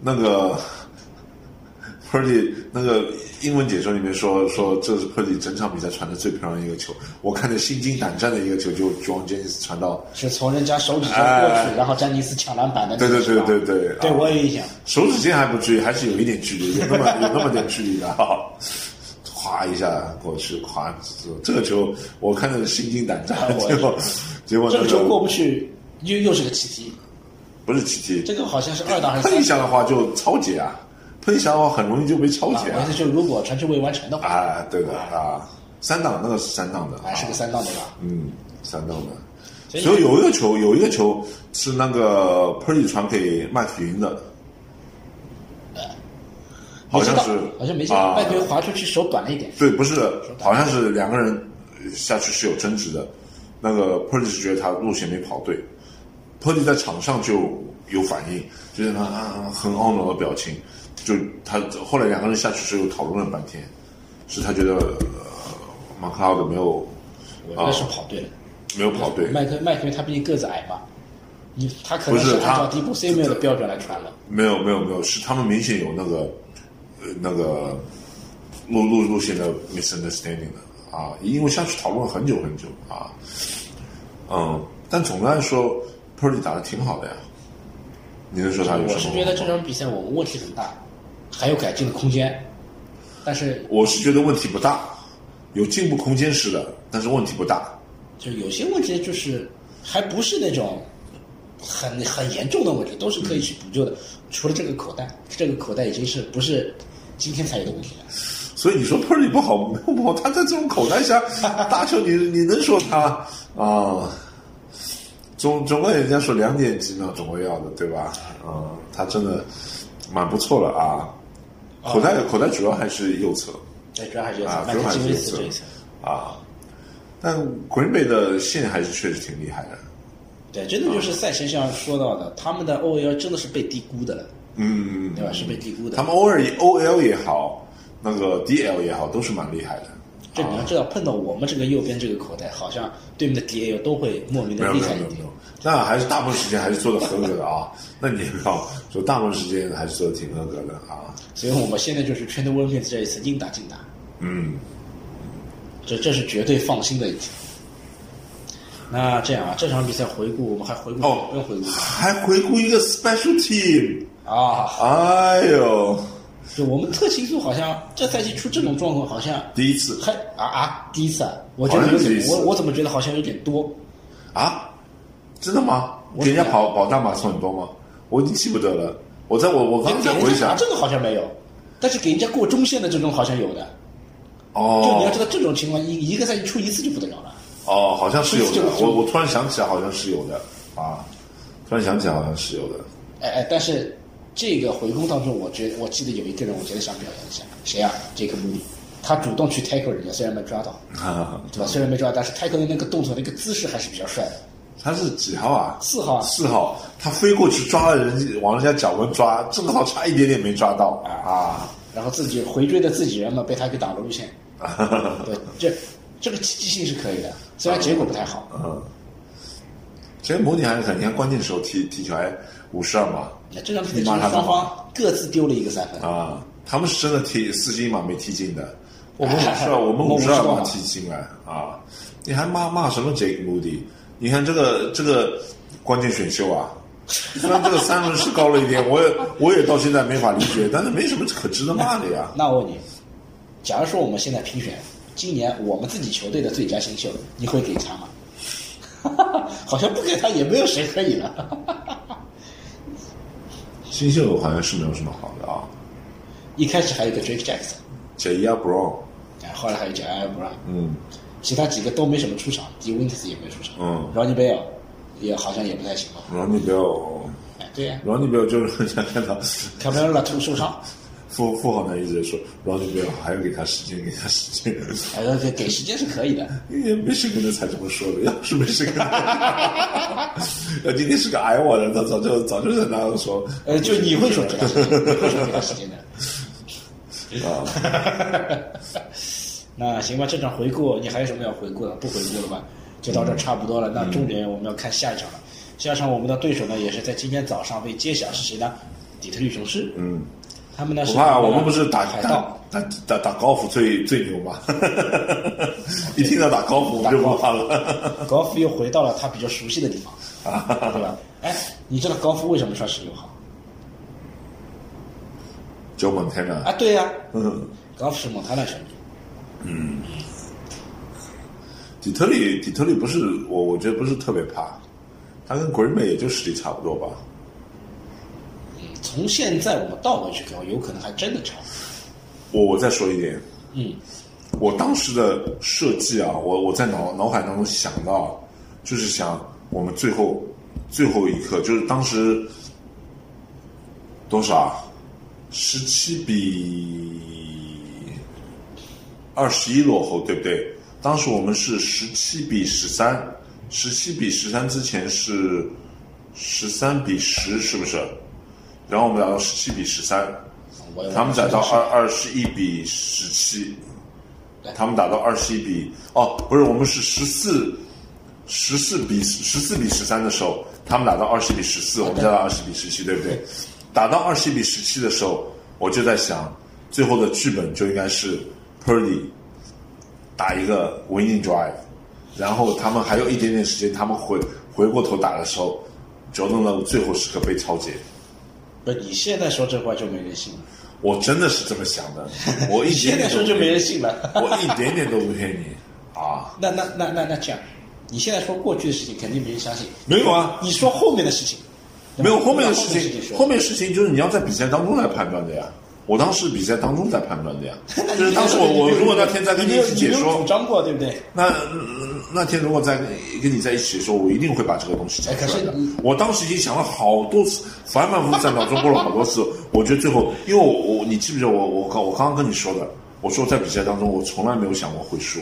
Speaker 3: 那个 Purdy 那个英文解说里面说说这是 Purdy 整场比赛传的最漂亮的一个球，我看着心惊胆战的一个球，就 John James 传到
Speaker 2: 是从人家手指上过
Speaker 3: 哎
Speaker 2: 去，然后詹尼斯抢篮板的那
Speaker 3: 对
Speaker 2: 种，
Speaker 3: 对对对
Speaker 2: 对，
Speaker 3: 对，
Speaker 2: 哎对
Speaker 3: 啊
Speaker 2: 我有印象，
Speaker 3: 手指尖还不至于，还是有一点距离，有那么 [laughs] 有那么点距离的，哈咵一下过去，咵这个球我看着心惊胆战
Speaker 2: 哎，我
Speaker 3: 结果结果
Speaker 2: 这
Speaker 3: 那
Speaker 2: 个球过
Speaker 3: 个
Speaker 2: 不去，又又是个奇迹，
Speaker 3: 不是奇迹，
Speaker 2: 这个好像是二档还是
Speaker 3: 喷一下
Speaker 2: 三档。
Speaker 3: 的话就超解啊，喷一下的话很容易就被超
Speaker 2: 啊
Speaker 3: 解，
Speaker 2: 我意
Speaker 3: 啊
Speaker 2: 思就是，如果传球未完成的话，
Speaker 3: 啊，对的啊，三档那个是三档的，
Speaker 2: 哎还是个
Speaker 3: 啊
Speaker 2: 三档对吧？
Speaker 3: 嗯，三档的。
Speaker 2: 所以
Speaker 3: 所以有一个球，有一个球是那个 Purdy 传给麦克云的，好像是
Speaker 2: 好像没接
Speaker 3: 啊
Speaker 2: 到，半球滑出去手短了一点。
Speaker 3: 对，不是的，好像是两个人呃下去是有争执的。那个 Purdy 是觉得他路线没跑对，Purdy 在场上就有反应，就是他啊很懊恼的表情，就他后来两个人下去之后讨论了半天，是他觉得、呃、马克劳德没有
Speaker 2: 我
Speaker 3: 啊
Speaker 2: 觉得是跑对了。
Speaker 3: 没有跑对，
Speaker 2: 麦克麦克因为他毕竟个子矮嘛，你他可能
Speaker 3: 不是
Speaker 2: 按
Speaker 3: 他
Speaker 2: 照 d e b o s m 的标准来传了。
Speaker 3: 没有没有没有，是他们明显有那个呃那个路路路线的 misunderstanding 的啊，因为下去讨论了很久很久啊，嗯，但总的来说，Purdy 打的挺好的呀，你能说他有什么？
Speaker 2: 我是觉得这，场比赛我们问题很大，还有改进的空间。但是
Speaker 3: 我是觉得问题不大，有进步空间是的，但是问题不大。
Speaker 2: 就有些问题就是还不是那种很很严重的问题，都是可以去补救的。除了这个口袋，这个口袋已经是不是今天才有的问题了。
Speaker 3: 所以你说 Purdy 不好，没有不好，他在这种口袋下打球你，你能说他啊？总总归人家说两点几秒总归要的，对吧？啊，他真的蛮不错了啊。口袋、口袋主要还是右侧
Speaker 2: 对，主要还是
Speaker 3: 啊，
Speaker 2: 麦
Speaker 3: 主要
Speaker 2: 克
Speaker 3: 还
Speaker 2: 基
Speaker 3: 是
Speaker 2: 维
Speaker 3: 右
Speaker 2: 斯
Speaker 3: 侧
Speaker 2: 这一层。
Speaker 3: 啊。但 Green Bay 的线还是确实挺厉害的，
Speaker 2: 对，真的就是赛前像说到的，他们的 OL 真的是被低估的了，
Speaker 3: 嗯，
Speaker 2: 对吧？是被低估的。
Speaker 3: 他们偶尔 OL 也好，那个 DL 也好，都是蛮厉害的。
Speaker 2: 这
Speaker 3: 啊
Speaker 2: 你要知道，碰到我们这个右边这个口袋，好像对面的 DAO 都会莫名
Speaker 3: 没
Speaker 2: 的
Speaker 3: 有
Speaker 2: 厉
Speaker 3: 没有
Speaker 2: 害
Speaker 3: 没
Speaker 2: 一
Speaker 3: 有没
Speaker 2: 点
Speaker 3: 有。，那还是大部分时间还是做的合格的啊。 [laughs] 那你也不要说大部分时间还是做的挺合格的啊。
Speaker 2: 所以我们现在就是圈的 w i l i 这一次应打尽打，
Speaker 3: 嗯，
Speaker 2: 这这是绝对放心的一点。那这样啊，这场比赛回顾，我们还回顾
Speaker 3: 哦
Speaker 2: 不用回顾
Speaker 3: 还回顾一个 special team，
Speaker 2: 啊，
Speaker 3: 哎呦，
Speaker 2: 就我们特勤组好像这赛季出这种状况，好像
Speaker 3: 第一次
Speaker 2: 还啊啊第一次啊，我觉得
Speaker 3: 好像
Speaker 2: 有
Speaker 3: 是第
Speaker 2: 点
Speaker 3: 一次
Speaker 2: 我我怎么觉得好像有点多，
Speaker 3: 啊，真的吗？
Speaker 2: 我
Speaker 3: 给人家跑跑大马送很多吗？我已经记不得了。我在我我刚
Speaker 2: 给
Speaker 3: 才
Speaker 2: 人
Speaker 3: 回
Speaker 2: 家
Speaker 3: 想
Speaker 2: 打这，个好像没有，但是给人家过中线的这种好像有的。就你要知
Speaker 3: 哦
Speaker 2: 道这种情况，一一个赛季出一次就不得了了。
Speaker 3: 哦，好像是有
Speaker 2: 这
Speaker 3: 的
Speaker 2: 个。
Speaker 3: 我我突然想起来，好像是有的啊，突然想起来好像是有的。
Speaker 2: 哎哎，但是这个回攻当中，我觉得我记得有一个人，我觉得想表扬一下，谁啊？杰克穆里，他主动去 tackle 人家，虽然没抓到，对吧？虽然没抓到，但是 tackle 的那个动作、那个姿势还是比较帅的。
Speaker 3: 他是几号啊？
Speaker 2: 四号啊
Speaker 3: 四号，他飞过去抓了人家，往人家脚跟抓，正好差一点点没抓到啊！
Speaker 2: 然后自己
Speaker 3: [laughs]
Speaker 2: 回追的自己人嘛，被他给打了路线。对，这这个积极性是可以的。虽然结果不太好，
Speaker 3: 啊其实模拟还是很，你看关键时候踢踢球还五十二码
Speaker 2: 那哎这场比赛
Speaker 3: 你
Speaker 2: 就
Speaker 3: 骂
Speaker 2: 是
Speaker 3: 他干
Speaker 2: 双
Speaker 3: 嘛
Speaker 2: 方各自丢了一个三分，
Speaker 3: 啊，他们是真的踢四十一码没踢进
Speaker 2: [laughs]
Speaker 3: 的，我们五十二，我们五十二码踢进来啊，你还骂骂什么 Jake Moody？你看这个这个关键选秀啊。虽然这个三轮是高了一点，我也我也到现在没法理解，但是没什么可值得骂的呀。
Speaker 2: 那我问你，假如说我们现在评选今年我们自己球队的最佳新秀，你会给他吗？ [laughs] 好像不给他也没有谁可以了。 [laughs]
Speaker 3: 新秀好像是没有什么好的啊
Speaker 2: 一开始还有一个 Drake Jackson，
Speaker 3: ，Jaya Brown，
Speaker 2: 哎，后来还有 j a r Brown，
Speaker 3: 嗯，
Speaker 2: 其他几个都没什么出场，D Winters 也没出场，
Speaker 3: 嗯
Speaker 2: ，Ronnie Bell 也好像也不太行吧，
Speaker 3: Ronnie Bell，
Speaker 2: 哎，对呀、
Speaker 3: Ronnie Bell 就是想看到
Speaker 2: 卡梅拉突受伤，
Speaker 3: 富富豪男一直在说 Ronnie Bell 还要给他时间，给他呃时间，
Speaker 2: 哎，给给时间是可以的，
Speaker 3: 因为没谁跟他才这么说的，要是没谁跟他，要今天是个挨我的，他早就早就在那说，
Speaker 2: 呃， [laughs] 就你会说给他时间，你会说给他时间的。 [laughs]
Speaker 3: 呃哎
Speaker 2: 那行吧，这场回顾你还有什么要回顾的？不回顾了吧，就到这儿差不多了。那重点我们要看下一场了。下一场我们的对手呢，也是在今天早上被揭晓是谁呢？底特律雄狮。
Speaker 3: 嗯，
Speaker 2: 他啊们呢
Speaker 3: 我
Speaker 2: 是
Speaker 3: 怕我们不是打
Speaker 2: 海
Speaker 3: [laughs] 打
Speaker 2: 盗，
Speaker 3: 打打打高尔夫最最牛嘛， [laughs] 一听到打高尔夫 [laughs] 我就不怕了，
Speaker 2: 高尔夫又回到了他比较熟悉的地方，
Speaker 3: [laughs]
Speaker 2: 对吧？哎，你知道高尔夫为什么穿十六号？
Speaker 3: [laughs] 九猛天
Speaker 2: 啊，
Speaker 3: 呐，
Speaker 2: 对呀、
Speaker 3: 嗯，
Speaker 2: 高尔夫是蒙塔纳选手，
Speaker 3: 底特律底特律不是我我觉得不是特别怕，他跟鬼美也就实力差不多吧，
Speaker 2: 嗯，从现在我们倒回去看，有可能还真的超。
Speaker 3: 我我再说一点，
Speaker 2: 嗯，
Speaker 3: 我当时的设计啊，我我在脑脑海当中想到，就是想我们最后最后一刻，就是当时多少啊，十七比二十一落后，对不对？当时我们是十七比十三，十七比十三之前是十三比十，是不是？然后我们打到十七比十三，
Speaker 2: 我也
Speaker 3: 他们打到二二十一比十七，他们打到二十一比哦，不是，我们是十四十四比十四比十三的时候，他们打到二十比十四，我们再打二十比十七，对不对？打到二十比十七的时候，我就在想，最后的剧本就应该是 Purdy 打一个 winning drive，然后他们还有一点点时间，他们回回过头打的时候，j o r d a n Love 最后时刻被超截。
Speaker 2: 不，你现在说这话就没人
Speaker 3: [laughs]
Speaker 2: 信了。
Speaker 3: 我真的是这么想
Speaker 2: [laughs]
Speaker 3: 的，我一
Speaker 2: 你
Speaker 3: 点
Speaker 2: 现在
Speaker 3: 点都
Speaker 2: 说
Speaker 3: 不
Speaker 2: 就没
Speaker 3: 骗
Speaker 2: 人
Speaker 3: 你
Speaker 2: 信了。 [laughs]
Speaker 3: 我一点点都不骗你啊！
Speaker 2: 那那那那那这样，你现在说过去的事情肯定没人相信。
Speaker 3: 没有啊
Speaker 2: 你说后面的事情，对
Speaker 3: 没
Speaker 2: 吧
Speaker 3: 有后面的事
Speaker 2: 事
Speaker 3: 情，
Speaker 2: 说
Speaker 3: 后面事情就是你要在比赛当中来判断的呀。我当时比赛当中在判断
Speaker 2: [laughs]
Speaker 3: 的呀，就是当时我我如果那天在跟
Speaker 2: 你
Speaker 3: 你
Speaker 2: 有
Speaker 3: 一起解
Speaker 2: 你有
Speaker 3: 说
Speaker 2: 主，张过对不对？
Speaker 3: 那嗯那天如果在跟你在一起解说，我一定会把这个东西讲出来
Speaker 2: 哎可
Speaker 3: 的
Speaker 2: 是你。
Speaker 3: 我当时已经想了好多次，反反复复在脑中过了好多次。我觉得最后，因为我我你记不记得我我刚我刚刚跟你说的，我说在比赛当中我从来没有想过会输。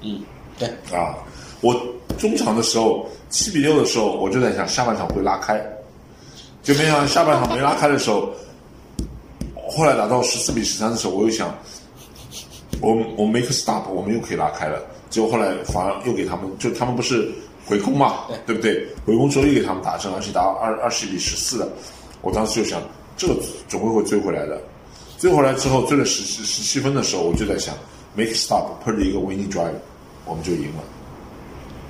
Speaker 2: 嗯，对，
Speaker 3: 啊，我中场的时候七比六的时候，我就在想下半场会拉开，就没想到下半场没拉开的时候，后来打到十四比十三的时候，我又想，我我 make a stop，我们又可以拉开了。结果后来反而又给他们，就他们不是回攻嘛，对不对？回攻之后又给他们打正，而且打二二十比十四的。我当时就想，这个总会会追回来的。追回来之后，追了十十十七分的时候，我就在想，make a stop，put 一个 winning drive，我们就赢了。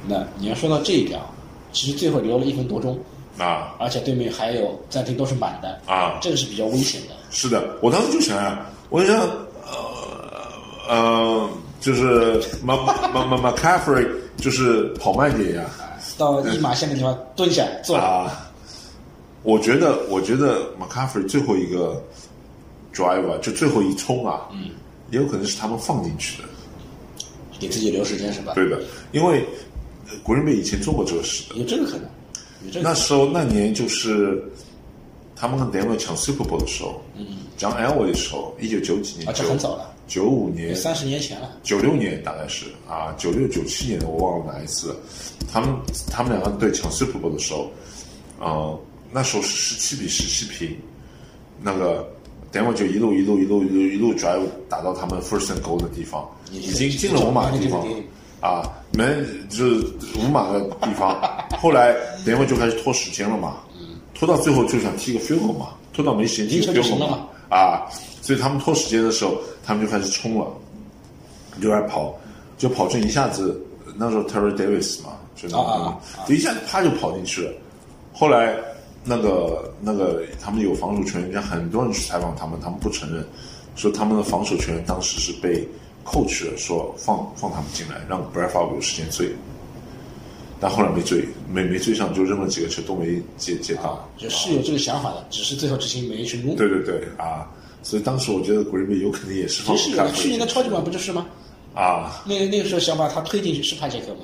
Speaker 2: 那你要说到这一点啊，其实最后留了一分多钟，
Speaker 3: 啊，
Speaker 2: 而且对面还有暂停都是满的
Speaker 3: 啊
Speaker 2: 这个是比较危险的。
Speaker 3: 是的，我当时就想啊，我就想，呃呃，就是马马马马 McCaffrey 就是跑慢点呀
Speaker 2: 到一码线的地方蹲下坐好，
Speaker 3: 嗯啊。我觉得，我觉得 McCaffrey 最后一个 drive 啊就最后一冲啊，嗯，也有可能是他们放进去的。
Speaker 2: 给自己留时间是吧？
Speaker 3: 对的，因为呃国人队以前做过这个事的。
Speaker 2: 有这个可能，有这个
Speaker 3: 那
Speaker 2: 可能。
Speaker 3: 时候那年就是他们跟 Denver 抢 Super Bowl 的时候，嗯，讲 Elway 的时候，一九九几年，
Speaker 2: 啊这很早了，
Speaker 3: 九五年，
Speaker 2: 三十年前了，
Speaker 3: 九六年大概是啊，九六九七年的我忘了哪一次了。他们他们两个队抢 Super Bowl 的时候，呃，那时候是十七比十七平，那个等会就一路一路一路一路一路 drive 打到他们 first and goal 的地方，
Speaker 2: 已
Speaker 3: 已
Speaker 2: 经
Speaker 3: 经进了罗马的地方
Speaker 2: 已经
Speaker 3: 啊。门就是五马的地方， [laughs] 后来联盟就开始拖时间了嘛，拖到最后就想踢个 field goal 嘛，拖到没时间踢个
Speaker 2: 赢球就
Speaker 3: field
Speaker 2: 行
Speaker 3: goal
Speaker 2: 了
Speaker 3: 嘛，啊，所以他们拖时间的时候，他们就开始冲了，就来跑，就跑进一下子，那时候 Terry Davis 嘛，就那个，
Speaker 2: 啊啊
Speaker 3: 就一下子啪就跑进去了，后来那个那个他们有防守球员，人家很多人去采访他们，他们不承认，说他们的防守球员当时是被扣去了，说放放他们进来，让 b r a d f o r d 有时间追。但后来没追，没没追上，就扔了几个球都没接接到。
Speaker 2: 就、是有这个想法的，只是最后执行没去弄。
Speaker 3: 对对对啊，所以当时我觉得 Green Bay 有可能也是放
Speaker 2: 其实有
Speaker 3: 开
Speaker 2: 的
Speaker 3: 会
Speaker 2: 去年的超级碗不就是吗？
Speaker 3: 啊，
Speaker 2: 那那个时候想把他推进去是帕切克吗？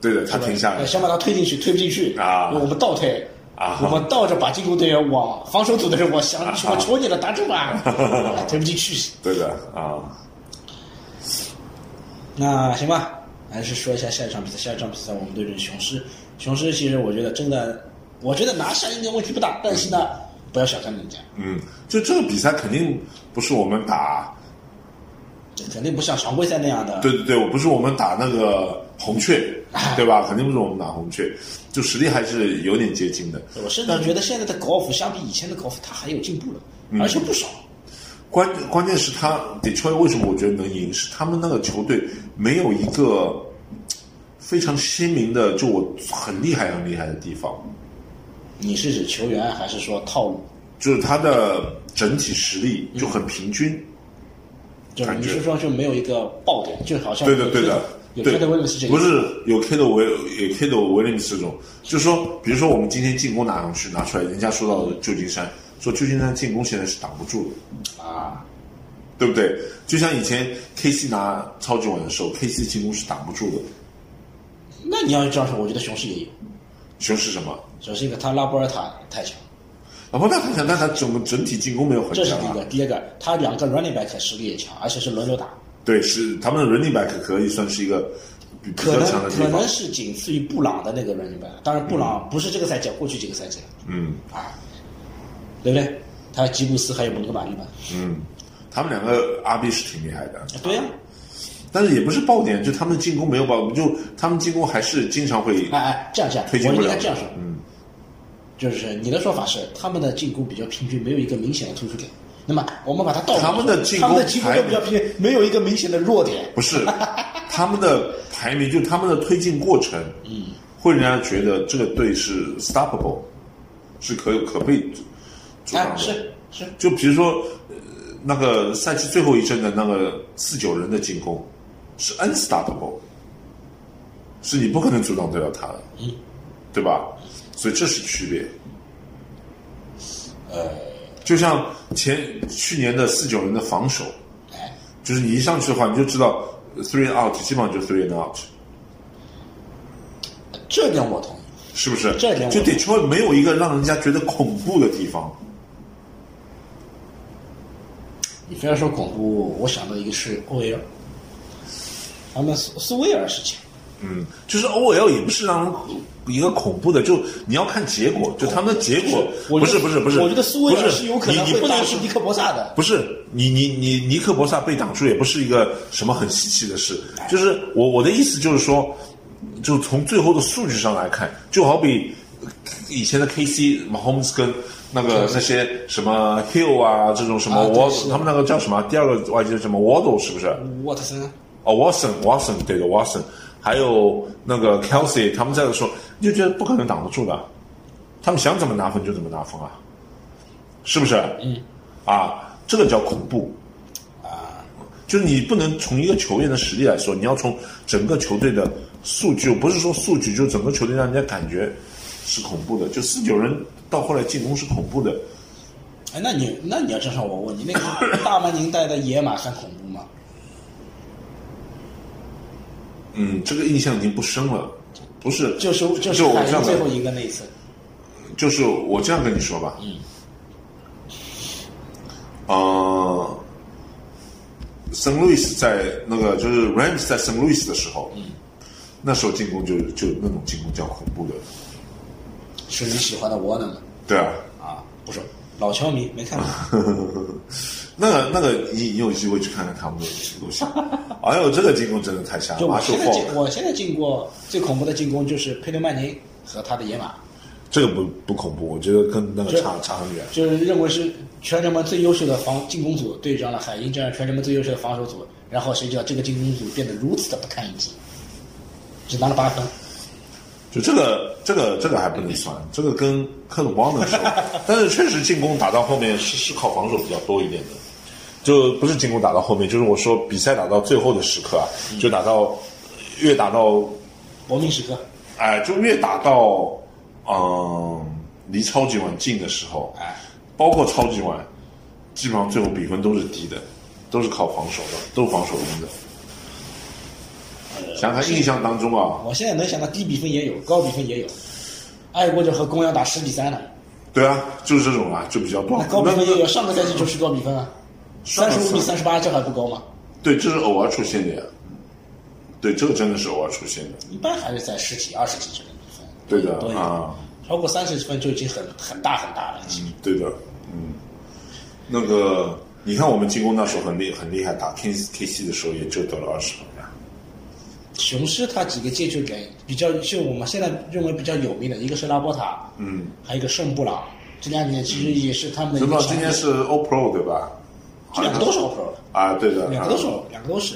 Speaker 3: 对的，他停下来
Speaker 2: 呃想把他推进去，推不进去
Speaker 3: 啊
Speaker 2: 我们倒推
Speaker 3: 啊
Speaker 2: 我们倒着把进攻队员往防守组的人往想
Speaker 3: 啊
Speaker 2: 我戳你了，打
Speaker 3: [laughs]
Speaker 2: 正吧，啊推不进去。
Speaker 3: 对的啊，
Speaker 2: 那行吧，还是说一下下一场比赛。下一场比赛我们对阵雄狮，雄狮其实我觉得真的，我觉得拿下应该问题不大，但是呢，不要小看人家，
Speaker 3: 嗯，就这个比赛肯定不是我们打，
Speaker 2: 这肯定不像常规赛那样的。
Speaker 3: 对对对，我不是我们打那个红雀，对吧？肯定不是我们打红雀，就实力还是有点接近的。
Speaker 2: 我甚至觉得现在的高尔夫相比以前的高尔夫，他还有进步了，
Speaker 3: 嗯
Speaker 2: 而且不少。
Speaker 3: 关关键是他 Detroit 为什么我觉得能赢？是他们那个球队没有一个非常鲜明的，就我很厉害很厉害的地方。
Speaker 2: 你是指球员还是说套路？
Speaker 3: 就是他的整体实力就很平均。
Speaker 2: 就是
Speaker 3: 感
Speaker 2: 你
Speaker 3: 觉
Speaker 2: 是说就没有一个爆点，就好像
Speaker 3: 对的，对的，
Speaker 2: 哦有
Speaker 3: 对
Speaker 2: Trent Williams 这个
Speaker 3: 不是有 K 的维有 K 的维 i 姆斯这种，就是说，比如说我们今天进攻拿上去拿出来，人家说到旧金山，说旧金山进攻现在是挡不住的，
Speaker 2: 啊，
Speaker 3: 对不对？就像以前 KC 拿超级碗的时候，KC 进攻是挡不住的。
Speaker 2: 那你要这样说，我觉得雄狮也有，
Speaker 3: 熊是什么？
Speaker 2: 只是一个他拉波尔塔太强，
Speaker 3: 然后那他想，那他整个整体进攻没有很
Speaker 2: 这是
Speaker 3: 强
Speaker 2: 第一个
Speaker 3: 啊。。
Speaker 2: 第二个，他两个 running back 实力也强，而且是轮流打，
Speaker 3: 对，是他们的 running back 可以算是一个比比
Speaker 2: 可
Speaker 3: 较
Speaker 2: 能
Speaker 3: 强的地
Speaker 2: 可
Speaker 3: 方
Speaker 2: 能。是仅次于布朗的那个 running back。当然，布朗不是这个赛季，过去几个赛季了
Speaker 3: 嗯
Speaker 2: 啊，对不对？他吉布斯还有蒙哥马利嘛？
Speaker 3: 嗯，他们两个 RB 是挺厉害的。
Speaker 2: 对呀、
Speaker 3: 但是也不是爆点，就他们的进攻没有爆，就他们进攻还是经常
Speaker 2: [laughs]
Speaker 3: 会
Speaker 2: 哎哎，这样这样，
Speaker 3: 推进不
Speaker 2: 我应
Speaker 3: 了
Speaker 2: 该。这样说，
Speaker 3: 嗯，
Speaker 2: 就是你的说法是他们的进攻比较平均，没有一个明显的突出点。那么我们把它倒过来
Speaker 3: 他们的进攻
Speaker 2: 他们的进攻
Speaker 3: 还
Speaker 2: 都比较平均，没有一个明显的弱点。
Speaker 3: 不是，他们的排名就他们的推进过程，嗯，会让人家觉得这个队是 stoppable，是可有可被阻挡
Speaker 2: 哎，
Speaker 3: 的。
Speaker 2: 是是，
Speaker 3: 就比如说，呃，那个赛季最后一阵的那个四九人的进攻是 unstoppable，是你不可能阻挡得了他的，嗯，对吧？所以这是区别。呃，就像前去年的四九人的防守，
Speaker 2: 哎，
Speaker 3: 就是你一上去的话，你就知道呃 three and out 基本上就 three and out，
Speaker 2: 这点我同意。
Speaker 3: 是不是？
Speaker 2: 这点我
Speaker 3: 就 Detroit 没有一个让人家觉得恐怖的地方。
Speaker 2: 你非要说恐怖，我想到一个是欧威尔，他们苏苏威尔是强，
Speaker 3: 嗯，就是 O L 也不是让人一个恐怖的，就你要看结果，就他们的结果
Speaker 2: 我
Speaker 3: 不
Speaker 2: 觉
Speaker 3: 是
Speaker 2: 得
Speaker 3: 不是不是，
Speaker 2: 我觉得苏威
Speaker 3: 不
Speaker 2: 尔
Speaker 3: 是
Speaker 2: 是有可能
Speaker 3: 你你
Speaker 2: 会
Speaker 3: 不
Speaker 2: 打
Speaker 3: 能
Speaker 2: 是尼克博萨的。
Speaker 3: 不是你你你尼克博萨被挡住也不是一个什么很稀奇的事，就是我我的意思就是说，就从最后的数据上来看，就好比呃以前的 KC Mahomes 跟那个那些什么 Hill 啊这种什么
Speaker 2: 啊对
Speaker 3: Ward，、
Speaker 2: 是
Speaker 3: 他们那个叫什么第二个外接什么 Waddle 是不是？
Speaker 2: 沃特森，
Speaker 3: 哦，Watson，Watson，对的，Watson，还有那个 Kelsey，他们在的时候，你就觉得不可能挡得住的，他们想怎么拿分就怎么拿分啊，是不是？嗯，啊，这个叫恐怖啊，就是你不能从一个球员的实力来说，你要从整个球队的数据，不是说数据，就整个球队让人家感觉是恐怖的，就四九人到后来进攻是恐怖的，
Speaker 2: 哎，那你那你要这样说，我问你，
Speaker 3: [laughs]
Speaker 2: 那个大曼宁带的野马算恐怖吗？
Speaker 3: 嗯，这个印象已经不深了，不是，
Speaker 2: 就是就
Speaker 3: 就是我
Speaker 2: 海
Speaker 3: 这样
Speaker 2: 鹰
Speaker 3: 的
Speaker 2: 最后一个那一次，
Speaker 3: 就是我这样跟你说吧，嗯，呃，圣路易斯在那个就是 Rams 在圣路易斯的时候，嗯，那时候进攻就就那种进攻叫恐怖的，
Speaker 2: 是你喜欢的沃呢吗？
Speaker 3: 对啊， [laughs]
Speaker 2: 啊，不是老球迷没看过，
Speaker 3: 那个那个，你你有机会去看看他们的录 [laughs] 像。哎呦，这个进攻真的太强
Speaker 2: 就
Speaker 3: 了，
Speaker 2: 我
Speaker 3: 马修
Speaker 2: 现在进，
Speaker 3: 霍，
Speaker 2: 我现在进过最恐怖的进攻就是佩德曼宁和他的野马，
Speaker 3: 这个不不恐怖，我觉得跟那
Speaker 2: 这
Speaker 3: 个差差很远。
Speaker 2: 就是认为是全联盟最优秀的防进攻组对上了海鹰这样全联盟最优秀的防守组，然后谁知道这个进攻组变得如此的不堪一击，只拿了八分。
Speaker 3: 就这个这个这个还不能算，这个跟克鲁邦的
Speaker 2: [laughs]
Speaker 3: 时候，但是确实进攻打到后面是是靠防守比较多一点的，就不是进攻打到后面，就是我说比赛打到最后的时刻啊，
Speaker 2: 嗯
Speaker 3: 就打到越打到
Speaker 2: 搏命时刻，
Speaker 3: 哎，就越打到嗯离超级碗近的时候，
Speaker 2: 哎，
Speaker 3: 包括超级碗，基本上最后比分都是低的，都是靠防守的，都是防守赢的。
Speaker 2: 哎
Speaker 3: 想想印象当中啊，
Speaker 2: 我现在能想到低比分也有，高比分也有，爱国者和公羊打十比三了，
Speaker 3: 对啊，就是这种啊，就比较多
Speaker 2: 那。高比分也有，上个赛季就是高比分啊，
Speaker 3: 上
Speaker 2: 三
Speaker 3: 个
Speaker 2: 十
Speaker 3: 赛季
Speaker 2: 五比三十八，这还不高吗？
Speaker 3: 对，这是偶尔出现的呀。对，这个真的是偶尔出现的。
Speaker 2: 一般还是在十几、二十几这个比分，
Speaker 3: 对的
Speaker 2: 多一点，
Speaker 3: 啊，
Speaker 2: 超过三十分就已经很很大很大了，已经。
Speaker 3: 对的，嗯，那个你看我们进攻那时候很厉很厉害，打 K K C 的时候也就得了二十分呀。
Speaker 2: 雄狮它几个借球点比较，就我们现在认为比较有名的，一个是拉波塔，
Speaker 3: 嗯，
Speaker 2: 还有一个圣布朗，这两年其实也是他们的一
Speaker 3: 知
Speaker 2: 个
Speaker 3: 道
Speaker 2: 强
Speaker 3: 今
Speaker 2: 点
Speaker 3: 年是 O Pro 对吧？
Speaker 2: 这两个都是 o p r
Speaker 3: 啊，对的，
Speaker 2: 两个都是
Speaker 3: 啊
Speaker 2: o 两个都是，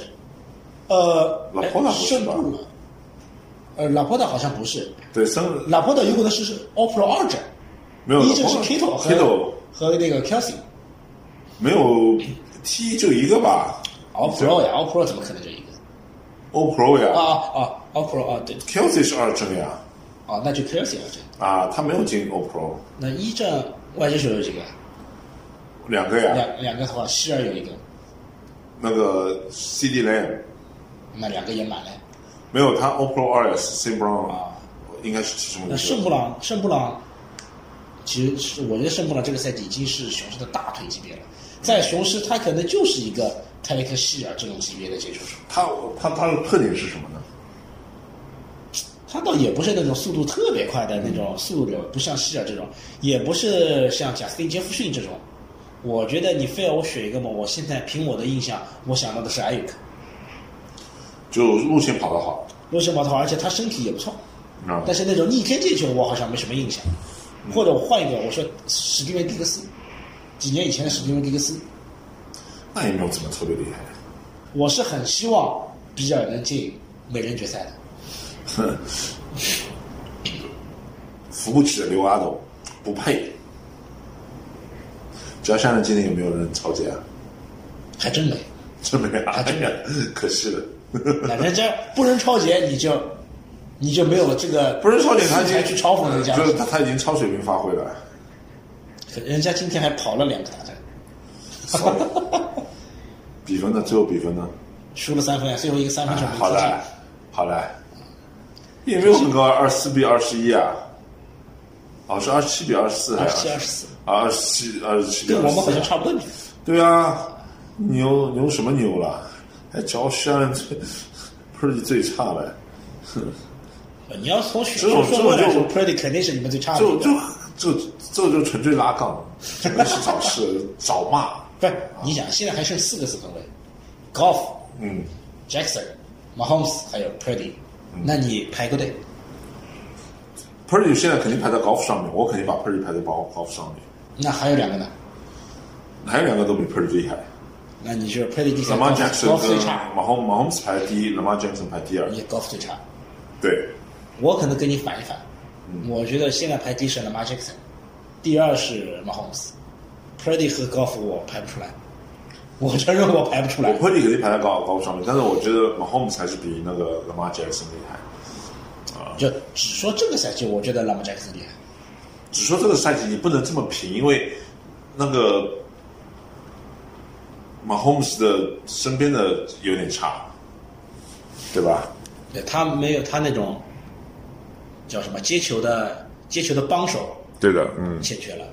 Speaker 2: 呃，
Speaker 3: 拉
Speaker 2: 哎
Speaker 3: 波塔不是
Speaker 2: 圣
Speaker 3: 吧
Speaker 2: 布朗，呃，拉波塔好像不是，
Speaker 3: 对，森
Speaker 2: 拉波塔有可能是是 o p r 二战，
Speaker 3: 没有
Speaker 2: 一阵是 Kittle
Speaker 3: Kittle
Speaker 2: 和和那个 Kelsey。
Speaker 3: 没有 T 就一个吧
Speaker 2: o p r o 呀 o p r o 怎么可能就一个？
Speaker 3: ，O Pro
Speaker 2: 啊
Speaker 3: 呀
Speaker 2: 啊 o p r o 啊对，
Speaker 3: ，Kelsey 是二阵呀，
Speaker 2: 啊那就 Kelsey 了这个，
Speaker 3: 啊，他没有进 O Pro，
Speaker 2: 那一战外接手有几个？
Speaker 3: 两个呀，
Speaker 2: 两两个的话，希尔有一个，
Speaker 3: 那个 CD Lamb
Speaker 2: 那两个也满了。
Speaker 3: 没有，他 OPPO 二 S C Brown
Speaker 2: 啊，
Speaker 3: 应该是其中一
Speaker 2: 那
Speaker 3: 个。
Speaker 2: 圣布朗，圣布朗，其实是我觉得圣布朗这个赛季已经是雄狮的大腿级别了。在雄狮，他可能就是一个泰雷克希尔这种级别的接球手，
Speaker 3: 他他他的特点是什么呢？
Speaker 2: 他倒也不是那种速度特别快的那
Speaker 3: 嗯
Speaker 2: 种速度流，不像希尔这种，也不是像贾斯汀·杰弗逊这种。我觉得你非要我选一个嘛，我现在凭我的印象，我想到的是艾尤克，
Speaker 3: 就路线跑得好，
Speaker 2: 罗什保特，而且他身体也不错。
Speaker 3: 啊
Speaker 2: 但，是那种逆天界球，我好像没什么印象。
Speaker 3: 嗯
Speaker 2: 或者我换一个，我说史蒂文·迪克斯，几年以前的史蒂文·迪克斯，
Speaker 3: 那也没有怎么特别厉害。
Speaker 2: 我是很希望比尔能进美人决赛的。
Speaker 3: 哼，扶不起的刘阿斗不配。只要山上今天有没有人超姐啊？ [laughs]
Speaker 2: 还真没，
Speaker 3: 真没啊！
Speaker 2: 还真没
Speaker 3: 哎呀可惜了。
Speaker 2: 反正这不能超节，你就你就没有这个
Speaker 3: 不是超姐，他已
Speaker 2: 资格
Speaker 3: 经
Speaker 2: 去嘲讽人家
Speaker 3: 就是
Speaker 2: 了。
Speaker 3: 他他已经超水平发挥了。
Speaker 2: 可人家今天还跑了两个大战， [laughs]
Speaker 3: Sorry 比分呢？最后比分呢？
Speaker 2: 输了三分，最后一个三分球没
Speaker 3: 哎好
Speaker 2: 出去
Speaker 3: 嘞，好嘞，也没有很高，二四比二十一啊，哦是二十七比二十四还是
Speaker 2: 27 24
Speaker 3: 啊二十七二十七比
Speaker 2: 跟
Speaker 3: 二
Speaker 2: 我们好
Speaker 3: 十
Speaker 2: 像
Speaker 3: 四，
Speaker 2: 差不多比。
Speaker 3: 对啊，牛牛什么牛了？哎还找轩然最 [laughs] 不是最差了，
Speaker 2: 你要从选
Speaker 3: 这种
Speaker 2: 秀顺位来
Speaker 3: 这
Speaker 2: 说
Speaker 3: 种
Speaker 2: ，Pretty 肯定是你们最差的一
Speaker 3: 就
Speaker 2: 个。
Speaker 3: 就就这就纯粹拉杠，真的是找事找骂，
Speaker 2: 不是，你想现在还剩四个四分卫，Golf、
Speaker 3: 嗯，
Speaker 2: Jackson、Mahomes 还有 Purdy，那你排个队，
Speaker 3: Purdy 现在肯定排在 Golf 上面，我肯定把 Purdy 排在 Golf Golf 上面，
Speaker 2: 那还有两个呢，
Speaker 3: 还有两个都比 Purdy 厉害。
Speaker 2: 那你就是 Purdy 第三
Speaker 3: Lamar Jackson
Speaker 2: ，Golf
Speaker 3: 跟
Speaker 2: 最差，
Speaker 3: 马洪马洪斯排第一，Lamar Jackson 排第二。
Speaker 2: 你 Golf 最差，
Speaker 3: 对，
Speaker 2: 我可能跟你反一反，
Speaker 3: 嗯
Speaker 2: 我觉得现在排第一是 Lamar Jackson，第二是 Mahomes，Purdy 和 Golf 我排不出来，我承认我排不出
Speaker 3: 我
Speaker 2: 来，
Speaker 3: p u r d y 肯定排在高高上面，但是我觉得马洪斯还是比那个 Lamar Jackson 厉害。
Speaker 2: 就只说这个赛季，我觉得 Lamar Jackson 厉害。
Speaker 3: 只说这个赛季你不能这么评，因为那个马洪斯的身边的有点差，对吧？
Speaker 2: 对他没有他那种叫什么接球的接球的帮手
Speaker 3: 对的，嗯，
Speaker 2: 欠缺了。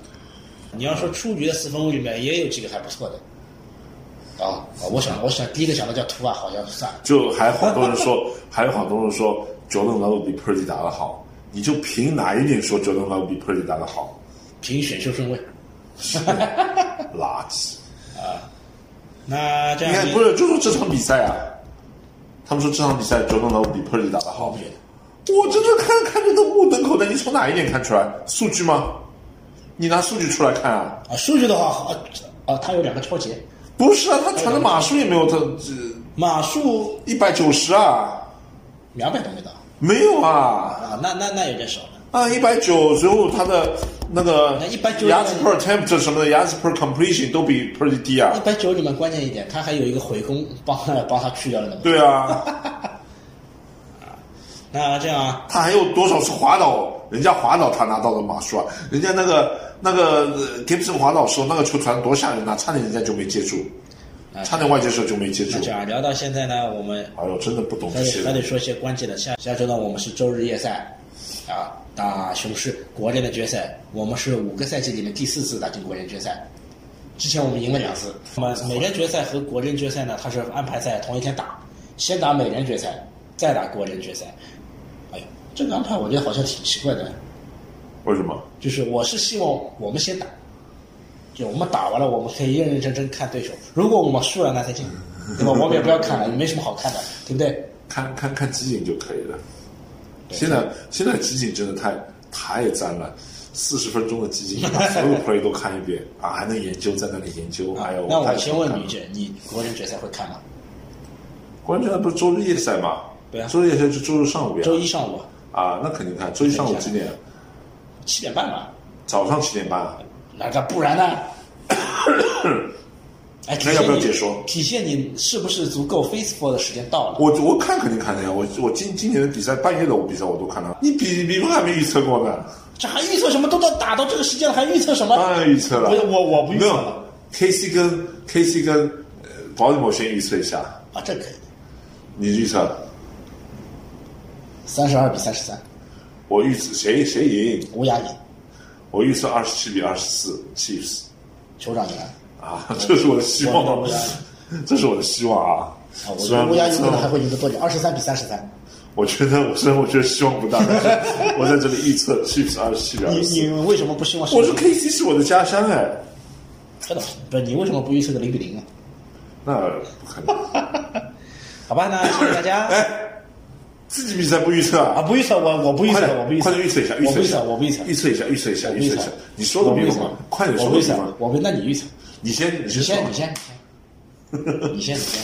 Speaker 2: 你要说出局的四分卫里面也有几个还不错的。啊、啊我想，我想第一个想到叫图瓦，好像算了。
Speaker 3: 就还有好多人说，还有好多人说 Jordan Love 比 Purdy 打得好，你就凭哪一点说 Jordan Love 比 Purdy 打得好？
Speaker 2: 凭选秀顺位，
Speaker 3: 垃圾啊！
Speaker 2: 那这
Speaker 3: 你
Speaker 2: 样
Speaker 3: 看，
Speaker 2: 也
Speaker 3: 不是，就说这场比赛啊，他们说这场比赛 Jordan Love 比 Purdy 打得好。我真的看看着都目瞪口呆。你从哪一点看出来？数据吗？你拿数据出来看啊？
Speaker 2: 啊，数据的话，好啊，他有两个超节，
Speaker 3: 不是啊，他传的码数也没有他这
Speaker 2: 码数
Speaker 3: 一百九十啊，
Speaker 2: 两百多个档
Speaker 3: 没有啊
Speaker 2: 啊，那那那有点少了。
Speaker 3: 啊一百九，随后他的那个
Speaker 2: 那190
Speaker 3: yards per attempt 什么的，yards per completion 都比 Purdy 低啊
Speaker 2: 一。百九里面关键一点，他还有一个回攻帮帮他去掉了那么多。
Speaker 3: 对啊，
Speaker 2: 那这样啊，
Speaker 3: 他还有多少是滑倒？人家滑倒他拿到的码数啊，人家那个那个呃 Gibson 滑倒的时候，那个球传得多吓人呐、差点人家就没接住，
Speaker 2: 啊
Speaker 3: 差点外接手就没接住
Speaker 2: 那。这样啊聊到现在呢，我们
Speaker 3: 哎呦，真的不懂
Speaker 2: 还
Speaker 3: 这些
Speaker 2: 得还
Speaker 3: 人
Speaker 2: 得。说一些关键的。下下周呢，我们是周日夜赛啊，打雄狮国联的决赛。我们是五个赛季里面第四次打进国联决赛，之前我们赢了两次。那么美联决赛和国联决赛呢，它是安排在同一天打，先打美联决赛，再打国联决赛。哎呦，这个安排我觉得好像挺奇怪的。
Speaker 3: 为什么？
Speaker 2: 就是我是希望我们先打，就我们打完了，我们可以认认真真看对手。如果我们输了，那再见，对吧？我们也不要看了，也没什么好看的，对不对？
Speaker 3: 看看看集锦就可以了。现在现在集锦真的太太赞了，四十分钟的集锦，把所有 play 都看一遍啊，还能研究在那里研究。哎呦，
Speaker 2: 啊那我
Speaker 3: 太
Speaker 2: 先问
Speaker 3: 看
Speaker 2: 你一
Speaker 3: 了，
Speaker 2: 句，你国人决赛会看吗？
Speaker 3: 关键不是周日夜赛嘛？
Speaker 2: 对啊
Speaker 3: 周日夜赛就周日上午呀。
Speaker 2: 周一上午
Speaker 3: 啊，那肯定看。周一上午几点？啊
Speaker 2: 七点半吧？
Speaker 3: 早上七点半啊。
Speaker 2: 那个不然呢？
Speaker 3: [coughs]
Speaker 2: 哎，体
Speaker 3: 那
Speaker 2: 现
Speaker 3: 要不要
Speaker 2: 你
Speaker 3: 解说
Speaker 2: 体现你是不是足够 faithful 的时间到了？
Speaker 3: 我我看肯定看的呀，我我今今年的比赛半夜的我比赛我都看了，你比比分还没预测过呢，
Speaker 2: 这还预测什么？都到打到这个时间了，还预测什么？
Speaker 3: 当然预测了。
Speaker 2: 不是我我不预测了
Speaker 3: K C 跟 K C 跟呃保利摩先预测一下，
Speaker 2: 啊，这可以，
Speaker 3: 你预测，
Speaker 2: 三十二比三十三，
Speaker 3: 我预测谁谁赢？
Speaker 2: 乌鸦赢，
Speaker 3: 我预测二十七比二十四，Chiefs
Speaker 2: 酋长赢了。
Speaker 3: 啊， [laughs] 这是我的希望
Speaker 2: 我我，
Speaker 3: 这是我的希望啊。
Speaker 2: 啊，我
Speaker 3: 虽
Speaker 2: 觉
Speaker 3: 然
Speaker 2: 得乌鸦
Speaker 3: 我
Speaker 2: 有
Speaker 3: 知
Speaker 2: 可
Speaker 3: 道
Speaker 2: 能还会赢得多点，二十三比三十三。
Speaker 3: 我觉得，我虽然我觉得希望不大，但是我在这里预测 Chiefs 二十七比二
Speaker 2: 你
Speaker 3: 十
Speaker 2: 你
Speaker 3: 四。
Speaker 2: 为什么不希望是
Speaker 3: 我说 K C 是我的家乡哎，
Speaker 2: 真的不是你为什么不预测个零比零啊？
Speaker 3: 那不可能，
Speaker 2: 好吧，那谢谢大家
Speaker 3: 自己比赛不预测
Speaker 2: 啊！
Speaker 3: 啊？
Speaker 2: 不预测我，我不预
Speaker 3: 快
Speaker 2: 测，
Speaker 3: 点，
Speaker 2: 我不预测，
Speaker 3: 快点预测一下，预
Speaker 2: 我不
Speaker 3: 测
Speaker 2: 预
Speaker 3: 一
Speaker 2: 测，
Speaker 3: 下，
Speaker 2: 我不预测，
Speaker 3: 预测一下，预测一下，
Speaker 2: 我不
Speaker 3: 预
Speaker 2: 预
Speaker 3: 测一
Speaker 2: 测
Speaker 3: 下。你说的
Speaker 2: 我不
Speaker 3: 比
Speaker 2: 预
Speaker 3: 我
Speaker 2: 测
Speaker 3: 慢，快点
Speaker 2: 我
Speaker 3: 说
Speaker 2: 不
Speaker 3: 的
Speaker 2: 预
Speaker 3: 比
Speaker 2: 测
Speaker 3: 我慢，。
Speaker 2: 我不，那你预测，
Speaker 3: 你先，你
Speaker 2: 你
Speaker 3: 先
Speaker 2: 先，
Speaker 3: 说
Speaker 2: 你。先，你先，你先，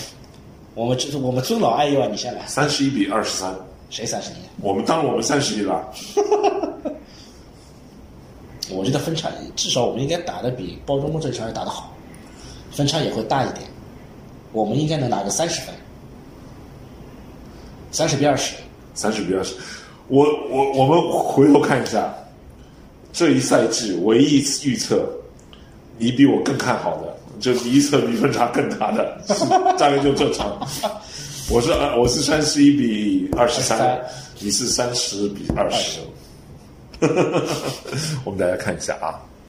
Speaker 2: 我们这我们尊老爱幼啊，你先来，
Speaker 3: 三十一比二十三，
Speaker 2: 谁三十年？
Speaker 3: 我们当然我们三十一了。
Speaker 2: 我觉得分差至少我们应该打的比包装工这一场要打得好，分差也会大一点，我们应该能拿个三十分，三十比二十。
Speaker 3: 三十比二十。我我我们回头看一下，这一赛季唯一一次预测，你比我更看好的，就你预测比分差更大的，是大概就这场。我是呃我是三十一比二十三
Speaker 2: 23，
Speaker 3: [laughs] 你是三十比二十。我们大家看一下啊，